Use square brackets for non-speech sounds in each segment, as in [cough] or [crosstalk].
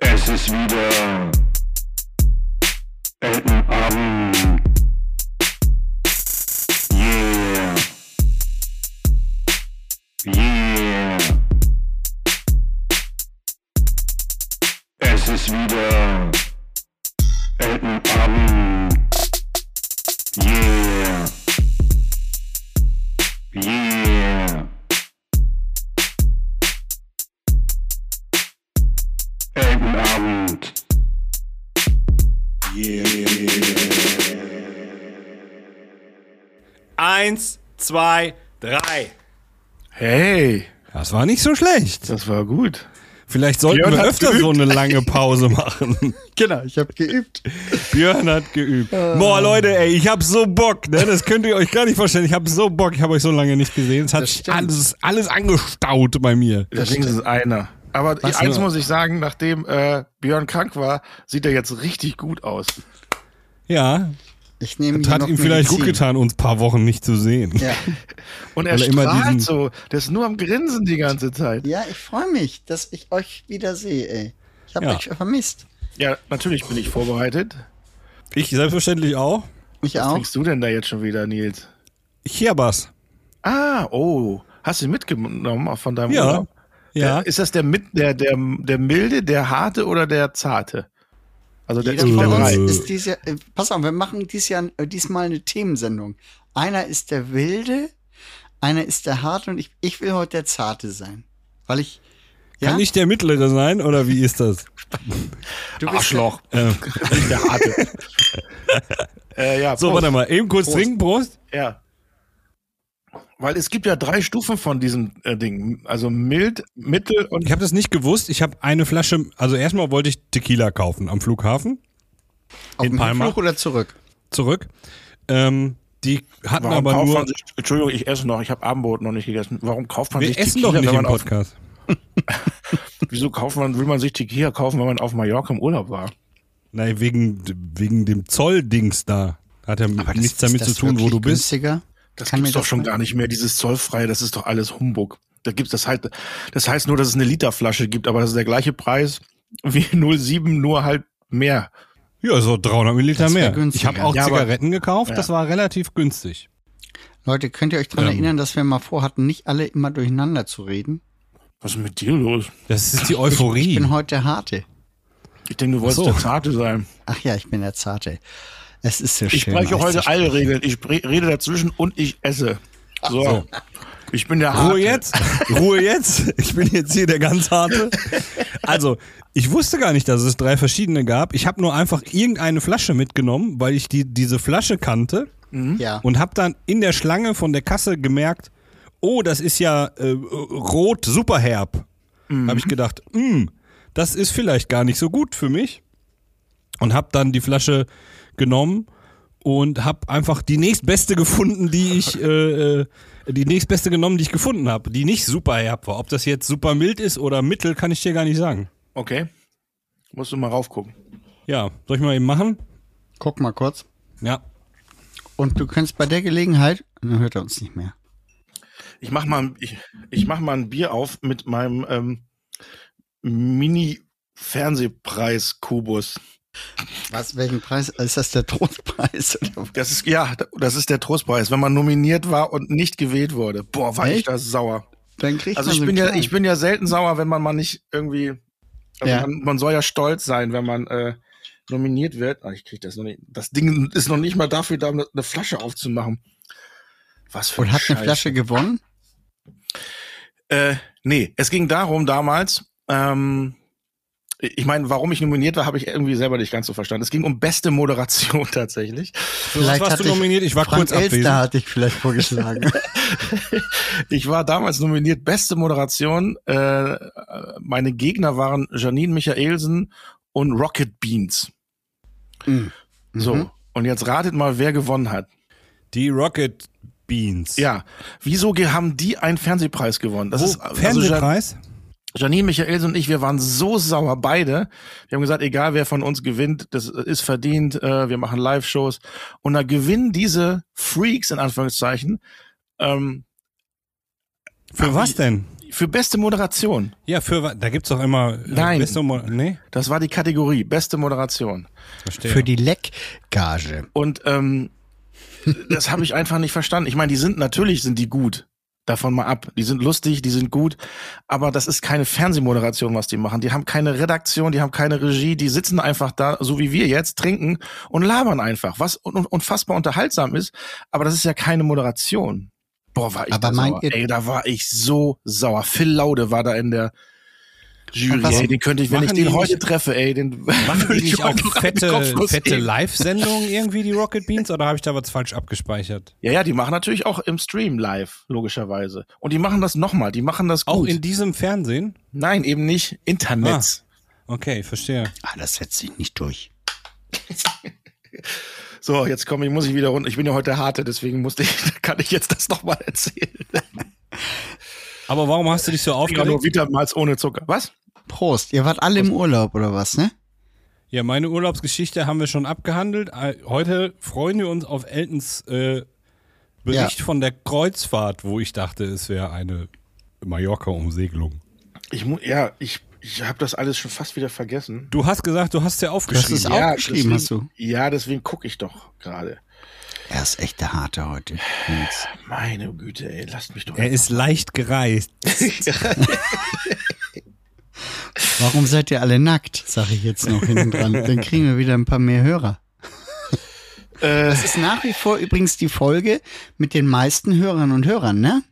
es wieder. Eltenabend. Yeah. Yeah. Es ist wieder. Eltenabend. Yeah. Yeah. Eltenabend. Eins, zwei, drei. Hey, Das war nicht so schlecht. das war gut. Vielleicht sollten Björn wir hat öfter so eine lange [laughs] Pause machen. Genau, ich habe geübt. Björn hat geübt. Boah, Leute, ey, ich hab so Bock, ne? Das könnt ihr euch gar nicht vorstellen. Ich hab so Bock, ich habe euch so lange nicht gesehen. Es hat Das sich stimmt. alles, alles angestaut bei mir. Deswegen ist es einer. Aber Was eins nur? muss ich sagen, nachdem äh, Björn krank war, sieht er jetzt richtig gut aus. Ja, Ich nehme das hier hat noch ihm vielleicht gut Medizin. getan, uns paar Wochen nicht zu sehen. Ja, Und er Weil er immer diesen- strahlt so. Der ist nur am Grinsen die ganze Zeit. ja ich freue mich, dass ich euch wieder sehe, ey. Ich habe Ja. euch vermisst. Ja, natürlich bin ich vorbereitet. Ich selbstverständlich auch. Ich Was auch. trinkst du denn da jetzt schon wieder, Nils? Chiabas. Ah, oh. Hast du ihn mitgenommen von deinem Ja. Urlaub? Ja. Der, Äh, ist das der, mit, der, der, der milde, der harte oder der zarte? Also der Jeder ist der von drei. uns ist dies Jahr, äh, pass auf, wir machen dies Jahr, äh, diesmal eine Themensendung. Einer ist der Wilde, einer ist der Harte und ich, ich will heute der Zarte sein. Weil ich, ja, Kann ich der Mittlere sein oder wie ist das? du bist Arschloch. Äh, Nicht der harte. äh, ja, so, Prost. warte mal, eben kurz Prost. trinken, Prost. Ja. Weil es gibt ja drei Stufen von diesem äh, Ding. Also mild, mittel und. Ich habe das nicht gewusst. Ich habe eine Flasche, also erstmal wollte ich Tequila kaufen am Flughafen auf in dem Palma. Flug oder zurück? zurück. Ähm, die hatten Warum aber kauft nur. man sich, Entschuldigung, ich esse noch. Ich habe Abendbrot noch nicht gegessen. Warum kauft man wir sich essen Tequila, doch nicht wenn im man auf, Podcast. Wieso kauft man, will man sich Tequila kaufen, wenn man auf Mallorca im Urlaub war? Nein, wegen, wegen dem Zoll-Dings da. Hat ja nichts Ist damit zu das tun, wo wirklich du bist. Günstiger? Das Kann mir gibt's doch das schon mal- gar nicht mehr, dieses zollfreie, das ist doch alles Humbug. Da gibt's das halt, das heißt nur, dass es eine Literflasche gibt, aber das ist der gleiche Preis wie [laughs] 07, nur halt mehr. Ja, so 300 Milliliter Das wär mehr. Ich günstiger. habe auch Ja, aber- Zigaretten gekauft. Das war relativ günstig. Leute, könnt ihr euch daran Ähm. erinnern, dass wir mal vorhatten, nicht alle immer durcheinander zu reden? Was ist mit dir los? Das ist die Ich Euphorie. bin heute der Harte. Ich denke, du wolltest so. der Zarte sein. Ach ja, ich bin der Zarte. Es ist so Ich schön. spreche euch zu heute alle sprechen. Regeln. Ich spre- rede dazwischen und ich esse. So. so. Ich bin der Harte. Ruhe jetzt, Ruhe jetzt. Ich bin jetzt hier der ganz harte. Also, ich wusste gar nicht, dass es drei verschiedene gab. Ich habe nur einfach irgendeine Flasche mitgenommen, weil ich die, diese Flasche kannte Ja. und habe dann in der Schlange von der Kasse gemerkt, oh, das ist ja äh, rot superherb. Mhm. Habe ich gedacht, hm, das ist vielleicht gar nicht so gut für mich und habe dann die Flasche genommen und habe einfach die nächstbeste gefunden, die ich äh, äh, die nächstbeste genommen, die ich gefunden habe, die nicht superherb war. Ob das jetzt super mild ist oder mittel, kann ich dir gar nicht sagen. Okay. Musst du mal raufgucken. Ja, soll ich mal eben machen? Guck mal kurz. Ja. Und du kannst bei der Gelegenheit, dann hört er uns nicht mehr. Ich mach mal, ich, ich mach mal ein Bier auf mit meinem ähm, Mini-Fernsehpreis-Kubus. Was, welchen Preis? Ist das der Trostpreis? [laughs] Oder? Das ist, ja, das ist der Trostpreis, wenn man nominiert war und nicht gewählt wurde. Boah, war ich Echt? da sauer. Dann kriegt Also man ich so bin ja, klein. ich bin ja selten sauer, wenn man mal nicht irgendwie. Also Ja. man, man soll ja stolz sein, wenn man äh, nominiert wird. Ah, ich krieg das noch nicht. Das Ding ist noch nicht mal dafür da, eine eine Flasche aufzumachen. Was für Und hat eine Scheiß. Flasche gewonnen? Äh, nee, es ging darum damals, ähm, ich meine, warum ich nominiert war, habe ich irgendwie selber nicht ganz so verstanden. Es ging um beste Moderation [laughs] tatsächlich. was warst du dich nominiert? Ich war Frank kurz abwesend. Elster hatte ich vielleicht vorgeschlagen. [laughs] Ich war damals nominiert beste Moderation. Äh, meine Gegner waren Janine Michaelsen und Rocket Beans. Mhm. So, und jetzt ratet mal, wer gewonnen hat. Die Rocket Beans. Ja, wieso ge- haben die einen Fernsehpreis gewonnen? Das Wo, ist also Jan- Oh, Fernsehpreis? Janine Michaelsen und ich, wir waren so sauer beide. Wir haben gesagt, egal wer von uns gewinnt, das ist verdient, äh, wir machen Live-Shows. Und da gewinnen diese Freaks in Anführungszeichen ähm, Für was denn? Für beste Moderation. Ja, für wa- da gibt's doch immer äh, Nein. Beste Mo nee, Das war die Kategorie, beste Moderation. verstehe. Für die Leckgage. Und ähm, das habe ich einfach nicht verstanden. Ich meine, die sind natürlich sind die gut. Davon mal ab. Die sind lustig, die sind gut, aber das ist keine Fernsehmoderation, was die machen. Die haben keine Redaktion, die haben keine Regie, die sitzen einfach da, so wie wir jetzt, trinken und labern einfach, was un un- unfassbar unterhaltsam ist, aber das ist ja keine Moderation. Boah, war ich Aber da meint sauer. ihr- Ey, da war ich so sauer. Phil Laude war da in der Jury. Und was- Ey, den könnte ich, wenn machen ich den die heute nicht- treffe, ey, den [laughs] Machen würde die ich nicht auch heute noch einen fette, Kopfnuss fette geben. Live-Sendungen irgendwie, die Rocket Beans, oder habe ich da was falsch abgespeichert? Ja, ja, die machen natürlich auch im Stream live, logischerweise. Und die machen das nochmal, die machen das Auch gut. in diesem Fernsehen? Nein, eben nicht. Internet. Okay, verstehe. Ah, das setzt sich nicht durch. So, jetzt komme ich, muss ich wieder runter. Ich bin ja heute harte, deswegen musste ich, [laughs] kann ich jetzt das nochmal erzählen. Aber warum hast du dich so Ja, nur aufgeregt? wiedermals ohne Zucker. Was? Prost. Ihr wart alle im Urlaub oder was, ne? Ja, meine Urlaubsgeschichte haben wir schon abgehandelt. Äh, Heute freuen wir uns auf Eltons äh, Bericht von der Kreuzfahrt, wo ich dachte, es wäre eine Mallorca-Umsegelung. Ich mu ja, ich, ich habe das alles schon fast wieder vergessen. Du hast gesagt, du hast ja aufgeschrieben. Das ist auch geschrieben, deswegen, hast du. Ja, deswegen gucke ich doch gerade. Er ist echt der Harte heute. Nils. Meine Güte, ey, lasst mich doch. er ist leicht gereist. Warum seid ihr alle nackt? Sage ich jetzt noch hinten dran. Dann kriegen wir wieder ein paar mehr Hörer. Äh, Das ist nach wie vor übrigens die Folge mit den meisten Hörern und Hörern, ne?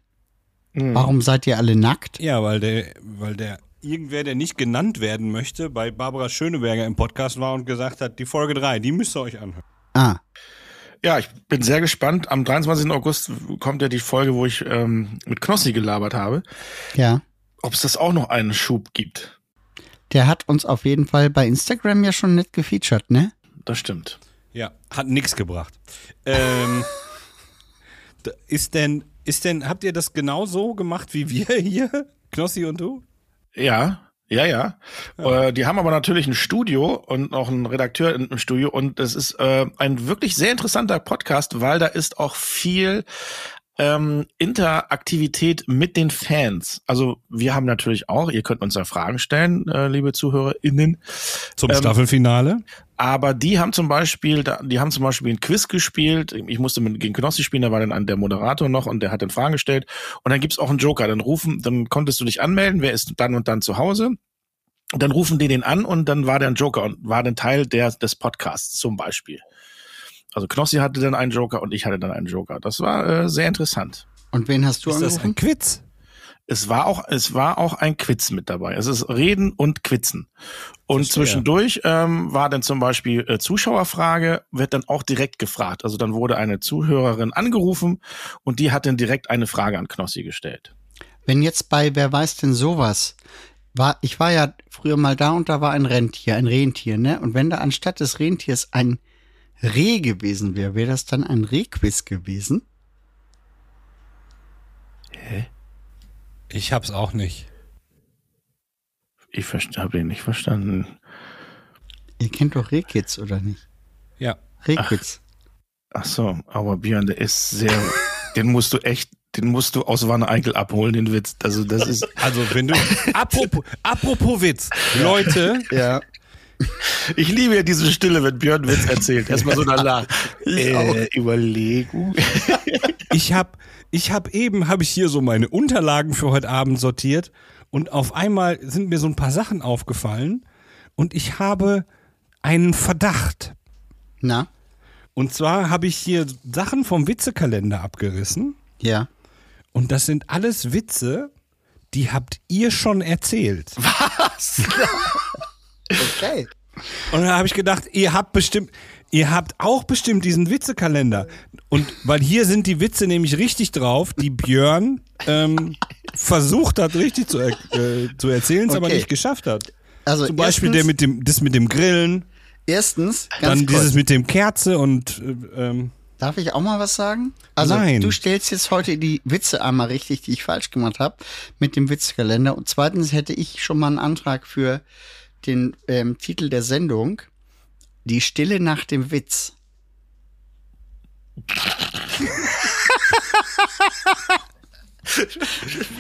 Hm. Warum seid ihr alle nackt? Ja, weil der, weil der irgendwer, der nicht genannt werden möchte, bei Barbara Schöneberger im Podcast war und gesagt hat, die Folge 3, die müsst ihr euch anhören. Ah, [laughs] Ja, ich bin sehr gespannt. Am 23. August kommt ja die Folge, wo ich ähm, mit Knossi gelabert habe. ja. Ob es das auch noch einen Schub gibt. Der hat uns auf jeden Fall bei Instagram ja schon nett gefeatured, ne? Das stimmt. Ja, hat nichts gebracht. Ähm, da- ist denn, ist denn, habt ihr das genau so gemacht wie wir hier? Knossi und du? Ja, ja, ja. Äh, die haben aber natürlich ein Studio und auch einen Redakteur im Studio und es ist äh, ein wirklich sehr interessanter Podcast, weil da ist auch viel ähm, Interaktivität mit den Fans. Also wir haben natürlich auch, ihr könnt uns da Fragen stellen, äh, liebe ZuhörerInnen. Zum Staffelfinale? Aber die haben zum Beispiel, da- die haben zum Beispiel ein Quiz gespielt. Ich musste mit, gegen Knossi spielen, da war dann an- der Moderator noch und der hat dann Fragen gestellt. Und dann gibt's auch einen Joker. Dann rufen, dann konntest du dich anmelden, wer ist dann und dann zu Hause. Und dann rufen die den an und dann war der ein Joker und war dann Teil der, des Podcasts zum Beispiel. Also Knossi hatte dann einen Joker und ich hatte dann einen Joker. Das war äh, sehr interessant. Und wen hast du Ist das ein angerufen? Quiz? Es war auch, es war auch ein Quiz mit dabei. Es ist Reden und Quizen. Und Verstehe. zwischendurch ähm, war dann zum Beispiel äh, Zuschauerfrage, wird dann auch direkt gefragt. Also dann wurde eine Zuhörerin angerufen und die hat dann direkt eine Frage an Knossi gestellt. Wenn jetzt bei Wer weiß denn sowas? War, ich war ja früher mal da und da war ein Rentier, ein Rentier, ne? Und wenn da anstatt des Rentiers ein Reh gewesen wäre, wäre das dann ein Rehquiz gewesen? Ich hab's auch nicht. Ich habe ihn nicht verstanden. Ihr kennt doch Rehkids, oder nicht? Ja. Rehquiz. Ach so, aber Björn, der ist sehr, [laughs] den musst du echt, den musst du aus Wanne Eickel abholen, den Witz. Also das ist, Also, wenn du. apropos, apropos Witz. Leute, Ja. ich liebe ja diese Stille, wenn Björn Witz erzählt. Erstmal so [laughs] danach. äh, Überlegung. ich habe ich hab eben, habe ich hier so meine Unterlagen für heute Abend sortiert und auf einmal sind mir so ein paar Sachen aufgefallen und ich habe einen Verdacht. Na? Und zwar habe ich hier Sachen vom Witzekalender abgerissen Ja. und das sind alles Witze, die habt ihr schon erzählt. Okay. Und dann habe ich gedacht, ihr habt bestimmt, ihr habt auch bestimmt diesen Witzekalender. Und weil hier sind die Witze nämlich richtig drauf, die Björn [laughs] ähm, versucht hat, richtig zu, er äh, zu erzählen, es aber Okay. nicht geschafft hat. Also Zum Beispiel erstens- der mit dem, das mit dem Grillen, Erstens, ganz dann kurz. dieses mit dem Kerze und äh, ähm, Darf ich auch mal was sagen? Also, Nein. du stellst jetzt heute die Witze einmal richtig, die ich falsch gemacht habe, mit dem Witzkalender. Und zweitens hätte ich schon mal einen Antrag für den ähm, Titel der Sendung: Die Stille nach dem Witz.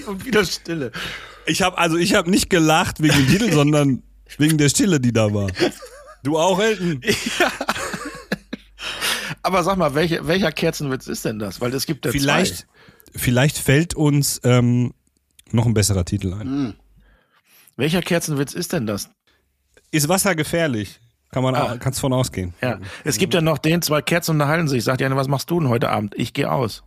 und wieder Stille. Ich habe also ich habe nicht gelacht wegen dem [laughs] Titel, sondern wegen der Stille, die da war. Du auch, Elton? Aber sag mal, welche, welcher Kerzenwitz ist denn das? Weil es gibt ja Vielleicht, vielleicht fällt uns ähm, noch ein besserer Titel ein. Zwei. Welcher Kerzenwitz ist denn das? Ist Wasser gefährlich? Kann man, ah. kannst von ausgehen. Ja, es gibt ja noch den, zwei Kerzen unterhalten sich. Sagt die eine, was machst du denn heute Abend? Ich gehe aus.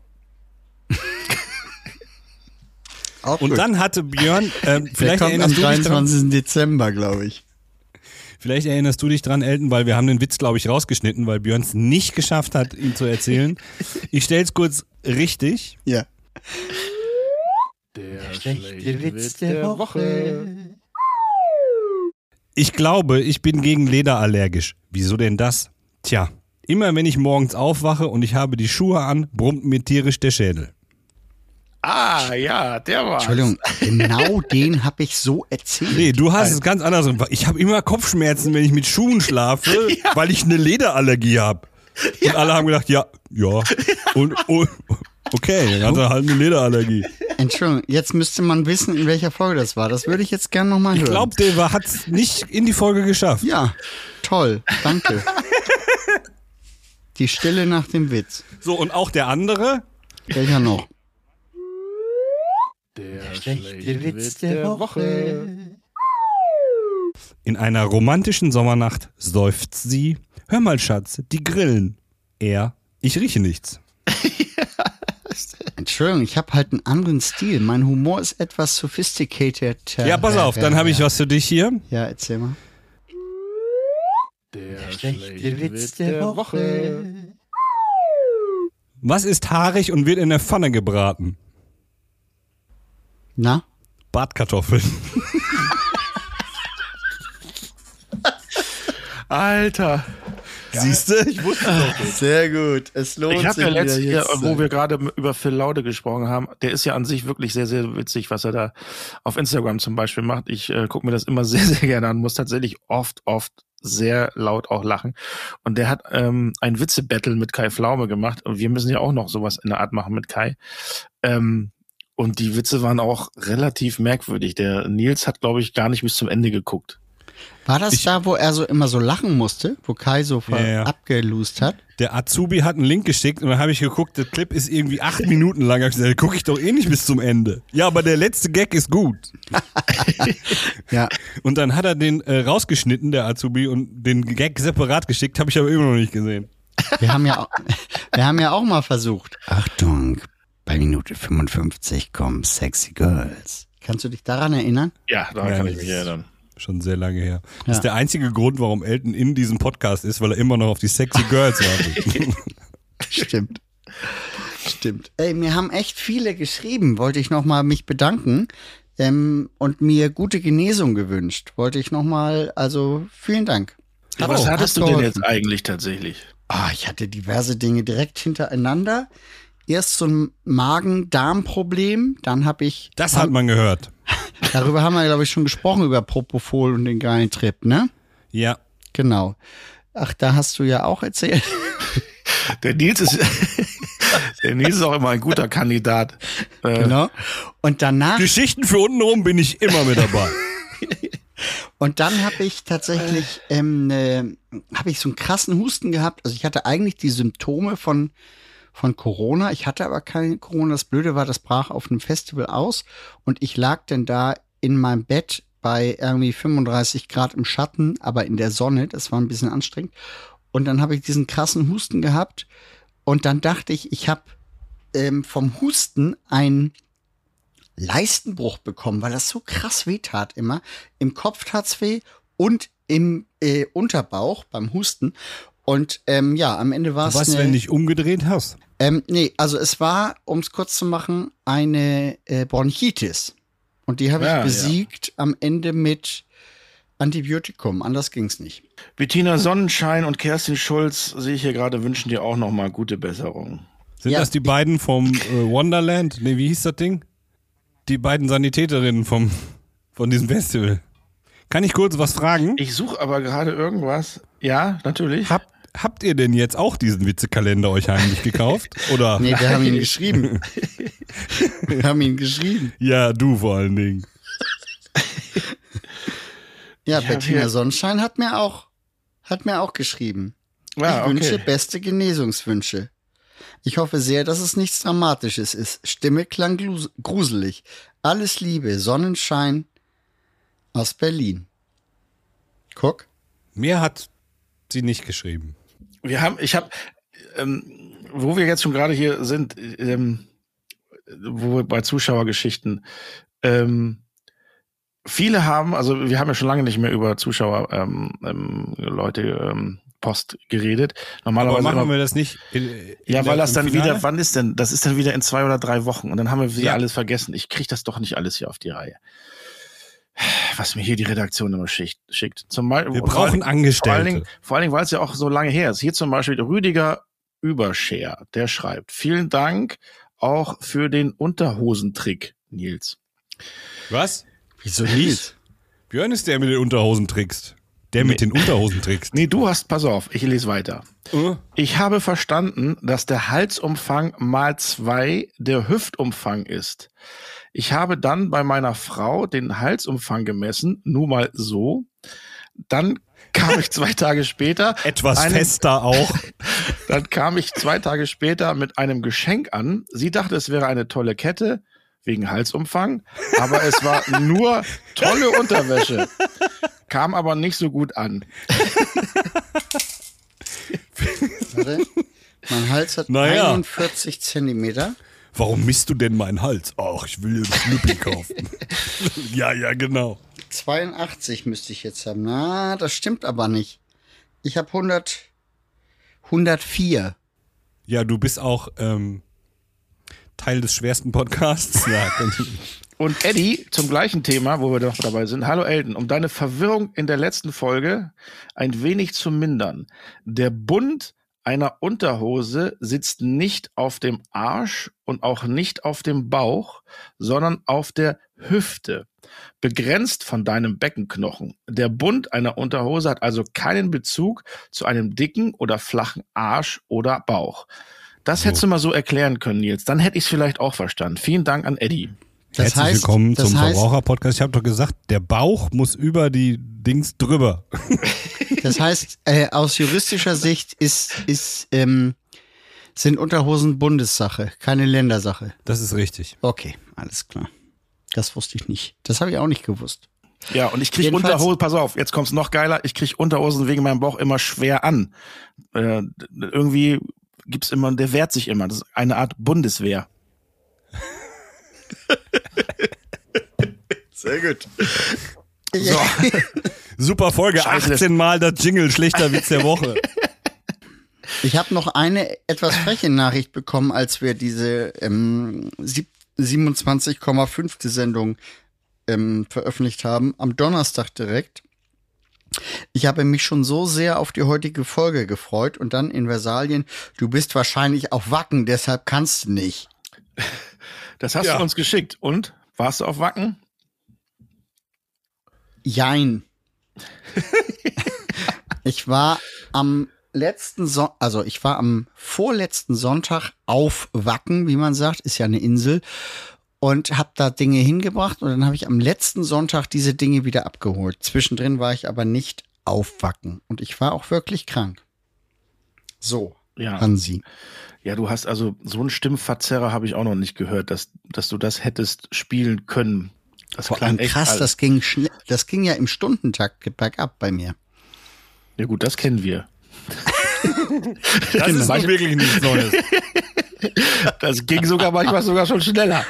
Auch Und gut. dann hatte Björn, [laughs] ähm, der vielleicht, kommt am erinnerst du dich dran, 23. Dezember, glaube ich. vielleicht erinnerst du dich dran, Elton, weil wir haben den Witz, glaube ich, rausgeschnitten, weil Björn es nicht geschafft hat, ihn zu [laughs] erzählen. Ich stell's kurz richtig. Ja. Der Ich glaube, ich bin gegen Leder allergisch. Wieso denn das? Tja, immer wenn ich morgens aufwache und ich habe die Schuhe an, brummt mir tierisch der Schädel. Ah, ja, der war. Entschuldigung, genau den habe ich so erzählt. Nee, du hast es ganz anders. Ich habe immer Kopfschmerzen, wenn ich mit Schuhen [laughs] schlafe, weil ich eine Lederallergie habe. Und alle haben gedacht, ja, ja. Und, und okay, dann hat er halt eine Lederallergie. Entschuldigung, jetzt müsste man wissen, in welcher Folge das war. Das würde ich jetzt gerne nochmal hören. Ich glaube, Deva hat es nicht in die Folge geschafft. Ja, toll, danke. Die Stille nach dem Witz. So, und auch der andere, Welcher noch? In einer romantischen Sommernacht seufzt sie. Hör mal, Schatz, die Grillen. Er, ich rieche nichts. Entschuldigung, ich habe halt einen anderen Stil. Mein Humor ist etwas sophisticated. Ja, pass auf, dann habe ich was für dich hier. Ja, erzähl mal. Was ist haarig und wird in der Pfanne gebraten? Na? Bartkartoffeln. Alter. Siehst du? Ich wusste doch. Sehr gut, es lohnt Ich habe ja äh, letztes Jahr, wo wir gerade m- über Phil Laude gesprochen haben, der ist ja an sich wirklich sehr, sehr witzig, was er da auf Instagram zum Beispiel macht. Ich äh, gucke mir das immer [laughs] sehr, sehr gerne an, muss tatsächlich oft, oft sehr laut auch lachen. Und der hat ähm, ein Witze-Battle mit Kai Flaume gemacht. Und wir müssen ja auch noch sowas in der Art machen mit Kai. Ähm, und die Witze waren auch relativ merkwürdig. Der Nils hat, glaube ich, gar nicht bis zum Ende geguckt. War das da, wo er so immer so lachen musste, wo Kai so ver- Ja, ja. abgelust hat? Der Azubi hat einen Link geschickt und dann habe ich geguckt, der Clip ist irgendwie acht Minuten lang. Hab Ich gesagt, gucke ich doch eh nicht bis zum Ende. Ja, aber der letzte Gag ist gut. Ja, Und dann hat er den äh, rausgeschnitten, der Azubi, und den Gag separat geschickt, habe ich aber immer noch nicht gesehen. wir haben ja, au- [laughs] wir haben ja auch mal versucht. Achtung, bei Minute 55 kommen sexy girls. Kannst du dich daran erinnern? Ja, daran Ja, kann ich das mich ist- erinnern. Schon sehr lange her. Ja. Das ist der einzige Grund, warum Elton in diesem Podcast ist, weil er immer noch auf die sexy Girls wartet. Stimmt. Stimmt. Ey, mir haben echt viele geschrieben, wollte ich nochmal mich bedanken ähm, und mir gute Genesung gewünscht. Wollte ich nochmal, also vielen Dank. was hattest du hast denn geholfen. jetzt eigentlich tatsächlich? Ah, ich hatte diverse Dinge direkt hintereinander. Erst so ein Magen-Darm-Problem, dann habe ich, Das hat man gehört. darüber haben wir, glaube ich, schon gesprochen, über Propofol und den geilen Trip, ne? Ja. Genau. Ach, da hast du ja auch erzählt. Der Nils ist, [laughs] der Nils ist auch immer ein guter Kandidat. Äh, Genau. Und danach Geschichten für untenrum bin ich immer mit dabei. Und dann habe ich tatsächlich ähm, ne, habe ich so einen krassen Husten gehabt. Also ich hatte eigentlich die Symptome von von Corona. Ich hatte aber kein Corona. Das Blöde war, das brach auf einem Festival aus und ich lag denn da in meinem Bett bei irgendwie 35 Grad im Schatten, aber in der Sonne. Das war ein bisschen anstrengend. Und dann habe ich diesen krassen Husten gehabt und dann dachte ich, ich habe ähm, vom Husten einen Leistenbruch bekommen, weil das so krass weh tat immer. Im Kopf tat's weh und im äh, Unterbauch beim Husten. Und ähm, ja, am Ende war es. Was, wenn dich umgedreht hast? Ähm, nee, also es war, um es kurz zu machen, eine äh, Bronchitis. Und die habe Ah, Ja, ich ja. besiegt am Ende mit Antibiotikum. Anders ging's nicht. Bettina Sonnenschein und Kerstin Schulz sehe ich hier gerade, wünschen dir auch nochmal gute Besserung. Sind Ja. das die beiden vom äh, Wonderland? Nee, wie hieß das Ding? Die beiden Sanitäterinnen vom, von diesem Festival. Kann ich kurz was fragen? Ich suche aber gerade irgendwas. Ja, natürlich. Habt, habt ihr denn jetzt auch diesen Witzekalender euch heimlich gekauft? Oder? [laughs] Nee, wir haben ihn geschrieben. Wir haben ihn geschrieben. Ja, du vor allen Dingen. Ja, Ja, Bettina wir- Sonnenschein hat mir auch, hat mir auch geschrieben. Ja, ich wünsche Ah, okay. beste Genesungswünsche. Ich hoffe sehr, dass es nichts Dramatisches ist. Stimme klang glus- gruselig. Alles Liebe, Sonnenschein aus Berlin. Guck. Mir hat sie nicht geschrieben. Wir haben, ich habe, ähm, wo wir jetzt schon gerade hier sind, ähm, wo wir bei Zuschauergeschichten, ähm, viele haben, also wir haben ja schon lange nicht mehr über Zuschauer, ähm, ähm, Leute, ähm, Post geredet. Aber Normalerweise machen immer- wir das nicht. in- in ja, der- weil das im dann Finale? wieder, wann ist denn? Das ist dann wieder in zwei oder drei Wochen und dann haben wir wieder Ja. alles vergessen. Ich kriege das doch nicht alles hier auf die Reihe. Was mir hier die Redaktion immer schicht, schickt. Zum Beispiel, Wir brauchen vor allen Angestellte. Dingen, vor allen Dingen, weil es ja auch so lange her ist. Hier zum Beispiel Rüdiger Überscher, der schreibt, vielen Dank auch für den Unterhosentrick, Nils. Was? Wieso Nils? Björn ist der mit den Unterhosen trickst. Der mit den Unterhosen trickst. Nee, du hast, pass auf, ich lese weiter. Äh, Ich habe verstanden, dass der Halsumfang mal zwei der Hüftumfang ist. Ich habe dann bei meiner Frau den Halsumfang gemessen, nur mal so. Dann kam ich zwei Tage später Etwas einen- fester auch. [laughs] Dann kam ich zwei Tage später mit einem Geschenk an. Sie dachte, es wäre eine tolle Kette wegen Halsumfang, aber es war nur tolle Unterwäsche. Kam aber nicht so gut an. Warte. Mein Hals hat Naja. 41 Zentimeter. Warum misst du denn meinen Hals? Ach, ich will einen Schnüppi kaufen. ja, ja, genau. 82 müsste ich jetzt haben. Na, das stimmt aber nicht. Ich habe 100, 104. Ja, du bist auch ähm, Teil des schwersten Podcasts. Ja, kann- Und Eddie, zum gleichen Thema, wo wir noch dabei sind. Hallo Elton, um deine Verwirrung in der letzten Folge ein wenig zu mindern. Der Bund einer Unterhose sitzt nicht auf dem Arsch und auch nicht auf dem Bauch, sondern auf der Hüfte, begrenzt von deinem Beckenknochen. Der Bund einer Unterhose hat also keinen Bezug zu einem dicken oder flachen Arsch oder Bauch. Das hättest du mal so erklären können, Nils. Dann hätte ich es vielleicht auch verstanden. Vielen Dank an Eddie. Das Herzlich heißt, willkommen das zum heißt, Verbraucher-Podcast. Ich habe doch gesagt, der Bauch muss über die Dings drüber. Das heißt, äh, aus juristischer Sicht ist, ist, ähm, sind Unterhosen Bundessache, keine Ländersache. Das ist richtig. Okay, alles klar. Das wusste ich nicht. Das habe ich auch nicht gewusst. Ja, und ich krieg Jedenfalls- Unterhosen, pass auf, jetzt kommt's noch geiler, ich krieg Unterhosen wegen meinem Bauch immer schwer an. Äh, d- irgendwie gibt's immer, der wehrt sich immer. Das ist eine Art Bundeswehr. Sehr gut. So, Super Folge, Scheiße, das- 18 Mal das Jingle, schlechter Witz der Woche. Ich habe noch eine etwas freche Nachricht bekommen, als wir diese ähm, sieb- 27,5. Sendung ähm, veröffentlicht haben, am Donnerstag direkt. Ich habe mich schon so sehr auf die heutige Folge gefreut und dann in Versalien, du bist wahrscheinlich auf Wacken, deshalb kannst du nicht. das hast Ja. du uns geschickt. Und? Warst du auf Wacken? [laughs] Jein. ich war am letzten Son also ich war am vorletzten Sonntag auf Wacken, wie man sagt, ist ja eine Insel und habe da Dinge hingebracht und dann habe ich am letzten Sonntag diese Dinge wieder abgeholt. Zwischendrin war ich aber nicht auf Wacken und ich war auch wirklich krank. So, Ja. Hansi. Ja, du hast also so einen Stimmverzerrer habe ich auch noch nicht gehört, dass, dass du das hättest spielen können. Das Vor klang allem echt krass, alt. das ging schnell, das ging ja im Stundentakt bergab bei mir. Ja gut, das kennen wir. Das ist nun wirklich nichts Neues. Das ging sogar [laughs] manchmal sogar schon schneller.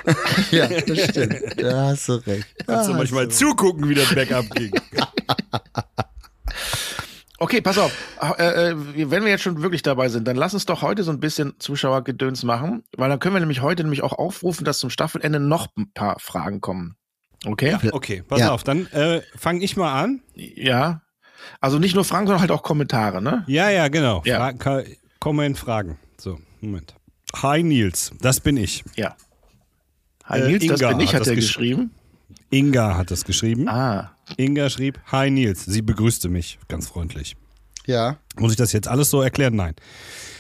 Ja, das stimmt. Da hast du recht. Ah, Kannst du manchmal zugucken, wie das Backup ging. Okay, pass auf. Äh, äh, wenn wir jetzt schon wirklich dabei sind, dann lass uns doch heute so ein bisschen Zuschauergedöns machen, weil dann können wir nämlich heute nämlich auch aufrufen, dass zum Staffelende noch ein paar Fragen kommen. Okay? Okay, pass Ja. auf, dann äh, fange ich mal an. Ja. Also nicht nur Fragen, sondern halt auch Kommentare, ne? Ja, ja, genau. Ja. Fragen, ka- Comment, Fragen. So, Moment. Hi Nils, das bin ich. Ja. Hi Äh, Nils, das Inga bin ich, hat hat das er gesch- Hm? geschrieben. Inga hat das geschrieben. Ah, Inga schrieb, Hi Nils, sie begrüßte mich ganz freundlich. Ja. Muss ich das jetzt alles so erklären? Nein.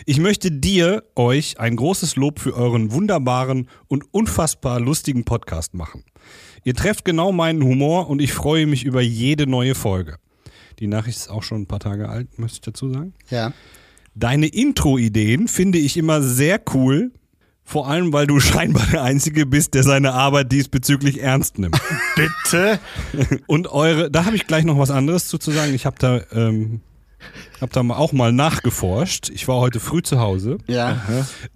Ich möchte dir, euch, ein großes Lob für euren wunderbaren und unfassbar lustigen Podcast machen. Ihr trefft genau meinen Humor und ich freue mich über jede neue Folge. Die Nachricht ist auch schon ein paar Tage alt, möchte ich dazu sagen. Ja. Deine Intro-Ideen finde ich immer sehr cool, vor allem weil du [laughs] scheinbar der Einzige bist, der seine Arbeit diesbezüglich ernst nimmt. Bitte? Und eure, da habe ich gleich noch was anderes zu, zu sagen. Ich habe da, ähm, hab da mal- auch mal nachgeforscht. Ich war heute früh zu Hause. Ja.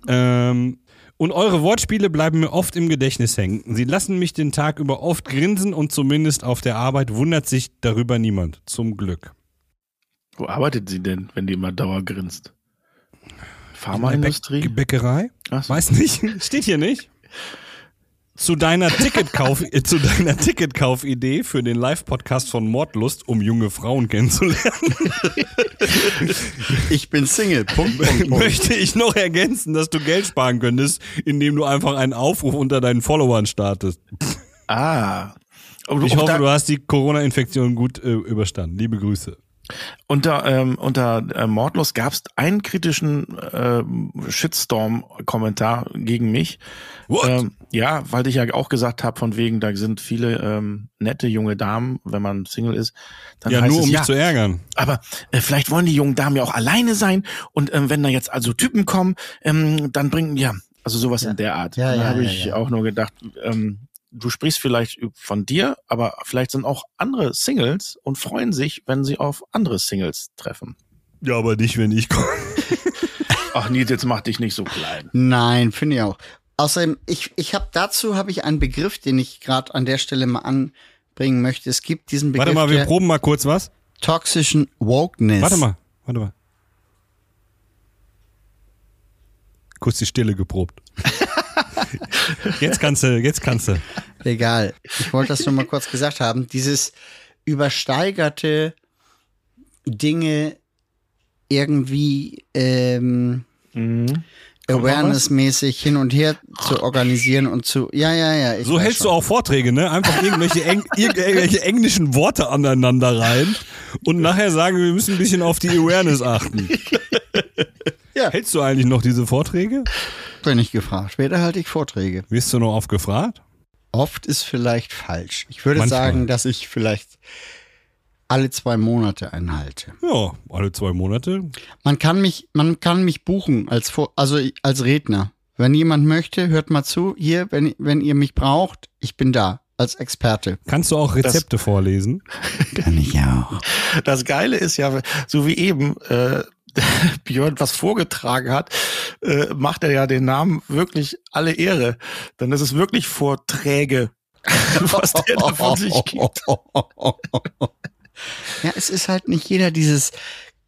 Ähm, und eure Wortspiele bleiben mir oft im Gedächtnis hängen. Sie lassen mich den Tag über oft grinsen und zumindest auf der Arbeit wundert sich darüber niemand. Zum Glück. Wo arbeitet sie denn, wenn die immer dauergrinst? Bä- Pharmaindustrie? Bäckerei? Ach so. Weiß nicht. Steht hier nicht. Zu deiner Ticketkauf, äh, zu deiner Ticketkaufidee für den Live-Podcast von Mordlust, um junge Frauen kennenzulernen, Ich bin Single. [laughs] Punkt, Punkt, Punkt. möchte ich noch ergänzen, dass du Geld sparen könntest, indem du einfach einen Aufruf unter deinen Followern startest. Ah. Und Ich und hoffe, da- du hast die Corona-Infektion gut äh, überstanden. Liebe Grüße. Unter, ähm, unter äh, Mordlos gab es einen kritischen ähm, Shitstorm-Kommentar gegen mich. What? Ähm, ja, weil ich ja auch gesagt habe, von wegen, da sind viele ähm, nette junge Damen, wenn man Single ist. Dann ja, heißt nur um es, mich ja, zu ärgern. aber äh, vielleicht wollen die jungen Damen ja auch alleine sein und ähm, wenn da jetzt also Typen kommen, ähm, dann bringen ja also sowas in der Art. Ja, da ja, habe ja, ich ja. auch nur gedacht, ähm, du sprichst vielleicht üb- von dir, aber vielleicht sind auch andere Singles und freuen sich, wenn sie auf andere Singles treffen. Ja, aber nicht, wenn ich komme. Ach Nils, jetzt mach dich nicht so klein. Nein, finde ich auch. Außerdem, ich, ich habe dazu habe ich einen Begriff, den ich gerade an der Stelle mal anbringen möchte. Es gibt diesen Begriff Warte mal, wir der proben mal kurz was. toxischen Wokeness. Warte mal, warte mal. Kurz die Stille [laughs] geprobt. jetzt kannst du, jetzt kannst du. Egal. Ich wollte das nur mal kurz gesagt haben. Dieses übersteigerte Dinge irgendwie ähm, Mhm. Awareness-mäßig hin und her zu organisieren und zu. Ja, ja, ja. ich So weiß hältst schon. du auch Vorträge, ne? Einfach irgendwelche, Eng irgendwelche englischen Worte aneinander rein und nachher sagen, wir müssen ein bisschen auf die Awareness [laughs] achten. Ja. Hältst du eigentlich noch diese Vorträge? Wenn ich gefragt werde, halte ich Vorträge. Wirst du noch oft gefragt? Oft ist vielleicht falsch. Ich würde Manchmal. sagen, dass ich vielleicht alle zwei Monate einhalte. Ja, alle zwei Monate. Man kann mich, man kann mich buchen als Vor also als Redner. Wenn jemand möchte, hört mal zu. Hier, wenn, wenn ihr mich braucht, ich bin da als Experte. Kannst du auch Rezepte vorlesen? Kann ich auch. Das Geile ist ja, so wie eben äh, [laughs] Björn was vorgetragen hat, äh, macht er ja den Namen wirklich alle Ehre. Dann ist es wirklich Vorträge, [laughs] was [laughs] der da von sich [laughs] gibt. Ja, es ist halt nicht jeder dieses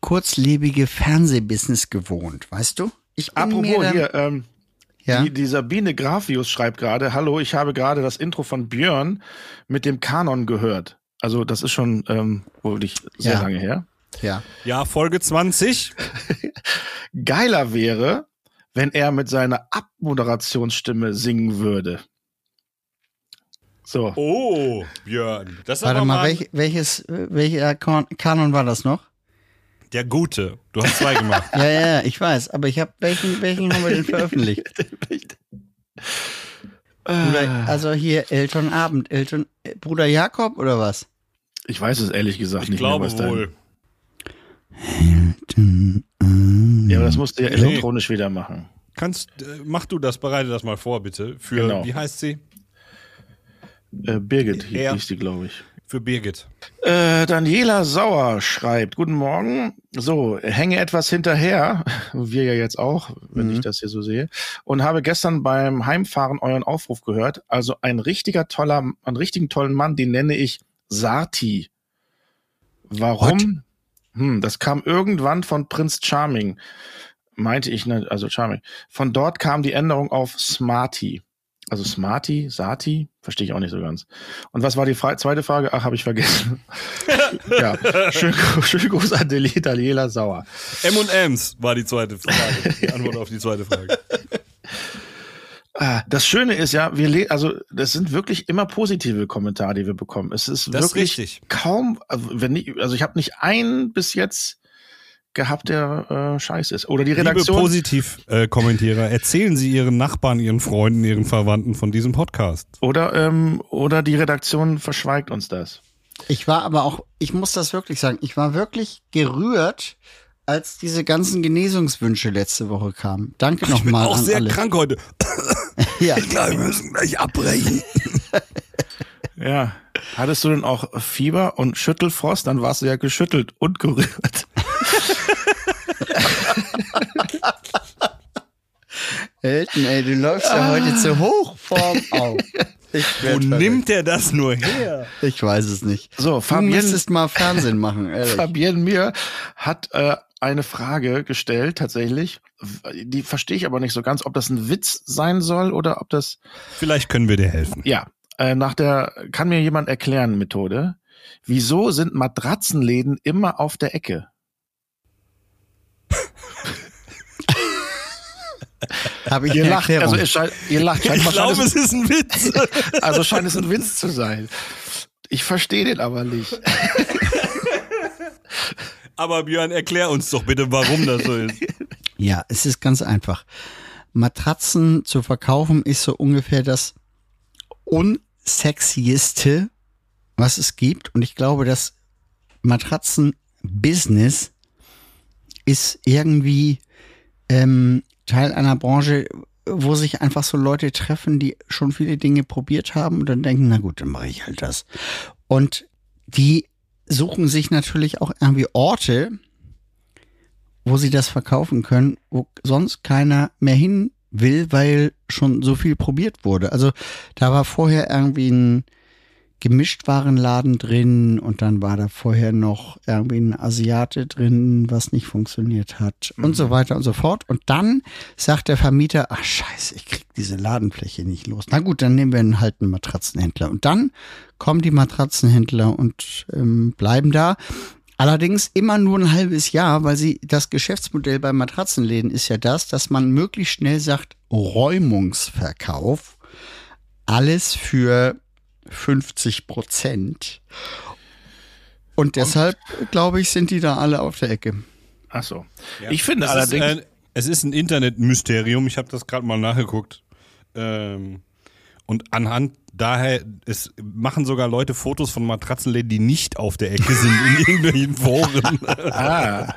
kurzlebige Fernsehbusiness gewohnt, weißt du? Ich bin mir Apropos da- hier, ähm, Ja? die, die Sabine Grafius schreibt gerade, hallo, ich habe gerade das Intro von Björn mit dem Kanon gehört. Also das ist schon ähm, wohl nicht sehr Ja. lange her. ja. Ja, Folge 20. Geiler wäre, wenn er mit seiner Abmoderationsstimme singen würde. So. Oh, Björn. Das ist Warte aber mal, welch, welches, äh, welcher Kon- Kanon war das noch? Der Gute. Du hast zwei [laughs] gemacht. Ja, ja, ja, ich weiß, aber ich habe welchen, welchen haben wir denn veröffentlicht? [laughs] Ah. Bruder, also hier Elton Abend, Elton äh, Bruder Jakob oder was? Ich weiß es ehrlich gesagt Ich nicht glaube mehr, was wohl. Dein, ja, aber das musst du ja Mhm. Nee. elektronisch wieder machen. Kannst, äh, mach du das, bereite das mal vor, bitte. Für, Genau. wie heißt sie? Äh, Birgit hieß Ja. hieß die, glaube ich. Für Birgit. Äh, Daniela Sauer schreibt, guten Morgen. So, hänge etwas hinterher, [laughs] wir ja jetzt auch, wenn ich das hier so sehe, und habe gestern beim Heimfahren euren Aufruf gehört. Also ein richtiger toller, einen richtigen tollen Mann, den nenne ich Sati. Warum? Hm, das kam irgendwann von Prinz Charming, meinte ich, ne, also Charming. Von dort kam die Änderung auf Smarty. Also Smarty, Sati, verstehe ich auch nicht so ganz. Und was war die Fra zweite Frage? Ach, habe ich vergessen. ja, [laughs] schön, schön Gruß an Deli- Daniela Sauer. M&M's war die zweite Frage. Die Antwort auf die zweite Frage. Ah, Das Schöne ist ja, wir le also das sind wirklich immer positive Kommentare, die wir bekommen. Es ist Das ist wirklich richtig. kaum, also wenn nicht, also ich habe nicht einen bis jetzt gehabt, der äh, scheiße ist. Oder die Liebe Redaktion. Positiv-Kommentierer, erzählen Sie Ihren Nachbarn, Ihren Freunden, Ihren Verwandten von diesem Podcast. Oder, ähm, oder die Redaktion verschweigt uns das. Ich war aber auch, ich muss das wirklich sagen, ich war wirklich gerührt, als diese ganzen Genesungswünsche letzte Woche kamen. Danke Ich bin nochmal auch an sehr alle. krank heute. Ja. Ich glaube, wir müssen gleich abbrechen. Ja. Hattest du denn auch Fieber und Schüttelfrost? Dann warst du ja geschüttelt und gerührt. Elton, ey, du läufst ja heute zu Hochform auf. Ich, Wo werd verrückt. nimmt er das nur her? ich weiß es nicht. So, Du Fabienne- müsstest mal Fernsehen machen, ehrlich. Fabienne Mir hat äh, eine Frage gestellt, tatsächlich. W- Die verstehe ich aber nicht so ganz, ob das ein Witz sein soll oder ob das. Vielleicht können wir dir helfen. Ja, äh, nach der Kann mir jemand erklären Methode. Wieso sind Matratzenläden immer auf der Ecke? Habe ich Ihr eine lacht, Erklärung. also ihr, scheint, ihr [laughs] lacht, scheint, Ich mal- scheint glaube, es ist ein Witz. [laughs] es, also scheint es ein Witz zu sein. Ich verstehe den aber nicht. Aber Björn, erklär uns doch bitte, warum das so ist. Ja, es ist ganz einfach. Matratzen zu verkaufen ist so ungefähr das unsexieste, was es gibt. Und ich glaube, das Matratzen-Business ist irgendwie ähm, Teil einer Branche, wo sich einfach so Leute treffen, die schon viele Dinge probiert haben und dann denken, na gut, dann mache ich halt das. Und die suchen sich natürlich auch irgendwie Orte, wo sie das verkaufen können, wo sonst keiner mehr hin will, weil schon so viel probiert wurde. Also da war vorher irgendwie ein Gemischtwarenladen drin und dann war da vorher noch irgendwie ein Asiate drin, was nicht funktioniert hat und so weiter und so fort. Und dann sagt der Vermieter, ach scheiße, ich krieg diese Ladenfläche nicht los. Na gut, dann nehmen wir einen halt einen Matratzenhändler. Und dann kommen die Matratzenhändler und ähm, bleiben da. Allerdings immer nur ein halbes Jahr, weil sie das Geschäftsmodell bei Matratzenläden ist ja das, dass man möglichst schnell sagt Räumungsverkauf. Alles für 50 Prozent. Und deshalb, glaube ich, sind die da alle auf der Ecke. Ach so. ich finde Es allerdings. Ist, äh, es ist ein Internetmysterium. Ich habe das gerade mal nachgeguckt. Ähm, und anhand daher, es machen sogar Leute Fotos von Matratzenläden, die nicht auf der Ecke sind in irgendwelchen Foren. Ah.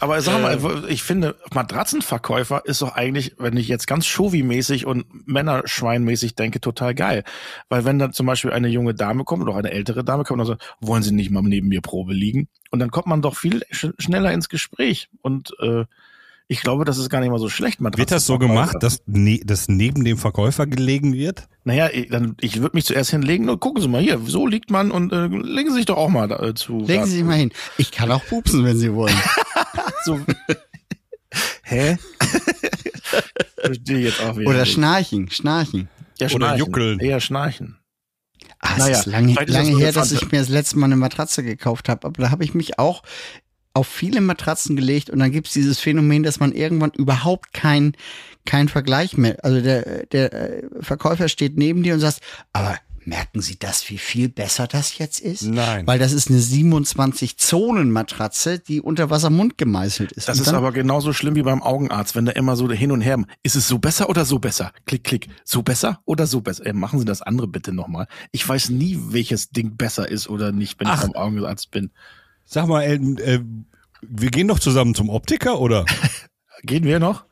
Aber sag Ähm. mal, ich finde, Matratzenverkäufer ist doch eigentlich, wenn ich jetzt ganz Chauvi-mäßig und Männerschweinmäßig denke, total geil. Weil wenn dann zum Beispiel eine junge Dame kommt oder auch eine ältere Dame kommt und sagt, wollen Sie nicht mal neben mir Probe liegen? Und dann kommt man doch viel sch schneller ins Gespräch. Und äh, ich glaube, das ist gar nicht mal so schlecht. Wird das so gemacht, dass ne, das neben dem Verkäufer gelegen wird? Naja, ich, dann- ich würde mich zuerst hinlegen und gucken Sie mal hier, so liegt man und äh, legen Sie sich doch auch mal da, äh, zu. Legen Sie sich mal hin. Ich kann auch pupsen, wenn Sie wollen. So. Hä? Verstehe ich jetzt auch wieder. Oder nicht. schnarchen, schnarchen. ja, oder juckeln. Eher schnarchen. Ah, es Naja, ist lange, vielleicht ist das lange nur her, eine dass ich Pflanze. mir das letzte Mal eine Matratze gekauft habe. Aber da habe ich mich auch auf viele Matratzen gelegt und dann gibt es dieses Phänomen, dass man irgendwann überhaupt keinen kein Vergleich mehr. Also der, der äh, Verkäufer steht neben dir und sagt, aber merken Sie das, wie viel besser das jetzt ist? Hm. Nein. Weil das ist eine 27-Zonen-Matratze, die unter Wassermund gemeißelt ist. Das Und ist dann- aber genauso schlimm wie beim Augenarzt, wenn der immer so hin und her. Ist es so besser oder so besser? Klick, klick. So besser oder so besser? Ey, machen Sie das andere bitte nochmal. Ich weiß nie, welches Ding besser ist oder nicht, wenn Ach. ich beim Augenarzt bin. Sag mal, Elton, äh, wir gehen doch zusammen zum Optiker, oder? Gehen wir noch?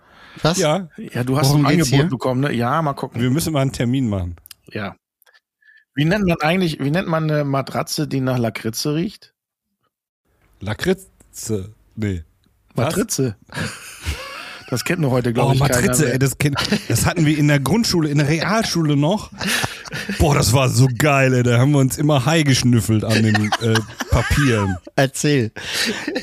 was? ja. Ja, du hast Worum ein geht's Angebot hier? bekommen, ne? Ja, mal gucken. Wir müssen mal einen Termin machen. Ja. Wie nennt man eigentlich, wie nennt man eine Matratze, die nach Lakritze riecht? Lakritze. Nee. Was? Matritze. Das kennt nur heute, glaube Oh, ich, keiner Matrize, mehr. ey, das, Kind, das hatten wir in der Grundschule, in der Realschule noch. Boah, das war so geil, ey. Da haben wir uns immer Hai geschnüffelt an den äh, Papieren. Erzähl.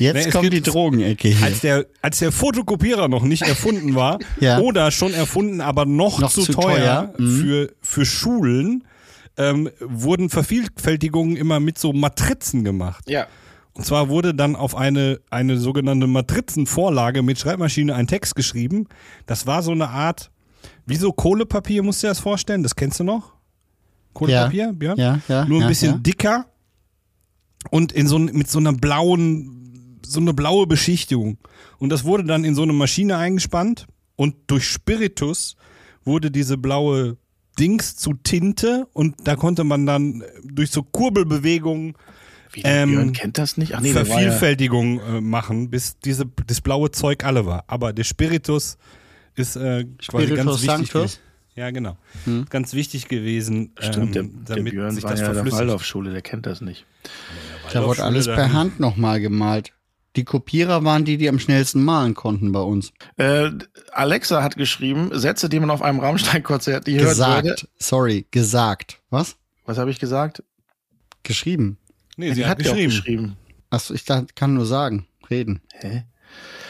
Jetzt Nee, es kommt die gibt- Drogenecke hier. Als der, als der Fotokopierer noch nicht erfunden war Ja. oder schon erfunden, aber noch, Noch zu, zu teuer, teuer, mhm. für, für Schulen, ähm, wurden Vervielfältigungen immer mit so Matrizen gemacht. Ja. Und zwar wurde dann auf eine, eine sogenannte Matrizenvorlage mit Schreibmaschine ein Text geschrieben. Das war so eine Art, wie so Kohlepapier, musst du dir das vorstellen? Das kennst du noch? Kohlepapier, Björn? Ja, ja, Nur ein ja, bisschen ja. dicker und in so, ein- mit so einer blauen so eine blaue Beschichtung. Und das wurde dann in so eine Maschine eingespannt und durch Spiritus wurde diese blaue Dings zu Tinte und da konnte man dann durch so Kurbelbewegungen Wie, der Ähm, Björn kennt das nicht? Ach nee, der war ja, Vervielfältigung äh, machen, bis diese, das blaue Zeug alle war. Aber der Spiritus ist äh, quasi Spiritus ganz wichtig. Sanctus? Hm. gewesen. Ja, genau. Ganz wichtig gewesen, stimmt, der, ähm, der damit Björn sich war das ja in der verflüssigt. Waldorfschule, der kennt das nicht. Da wurde alles per Hand nochmal gemalt. Die Kopierer waren die, die am schnellsten malen konnten bei uns. Äh, Alexa hat geschrieben, Sätze, die man auf einem Rammstein-Konzert nicht hören würde. Gesagt. Sorry, gesagt. Was? Was habe ich gesagt? Geschrieben. Nee, Die sie hat ja auch geschrieben. geschrieben. Achso, ich da- kann nur sagen, reden.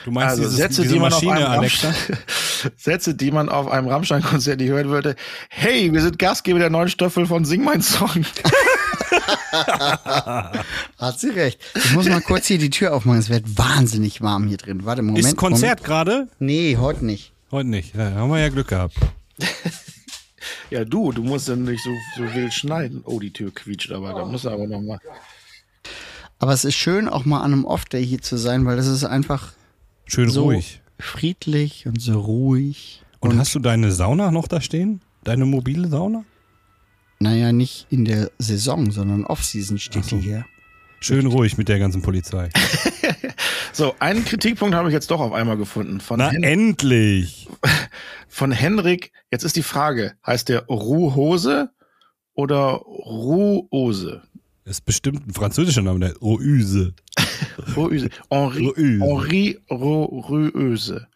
Du meinst also dieses, Sätze, diese die man auf Maschine, einem Alexa? Rammstein- [laughs] Sätze, die man auf einem Rammstein-Konzert nicht hören würde. Hey, wir sind Gastgeber der neuen Staffel von Sing mein Song. Hat sie recht. Ich muss mal kurz hier die Tür aufmachen. Es wird wahnsinnig warm hier drin. Warte, Moment. Ist Konzert gerade? Moment. Nee, heute nicht. Heute nicht. Ja, haben wir ja Glück gehabt. [laughs] Ja, du, du musst dann nicht so, so wild schneiden. Oh, die Tür quietscht aber, da muss er aber nochmal. Aber es ist schön, auch mal an einem Off-Day hier zu sein, weil das ist einfach Schön so ruhig. friedlich und so ruhig. Und, hast du deine Sauna noch da stehen? Deine mobile Sauna? Naja, nicht in der Saison, sondern Off-Season steht die hier. Schön ruhig mit der ganzen Polizei. So, einen Kritikpunkt habe ich jetzt doch auf einmal gefunden. Von, Na, Hen endlich! von Henrik, jetzt ist die Frage, heißt der Ruhose oder Ruhose? Ist bestimmt ein französischer Name, der Oüse. Ruhöse. Henri, Ruhöse. Henri Ruhöse.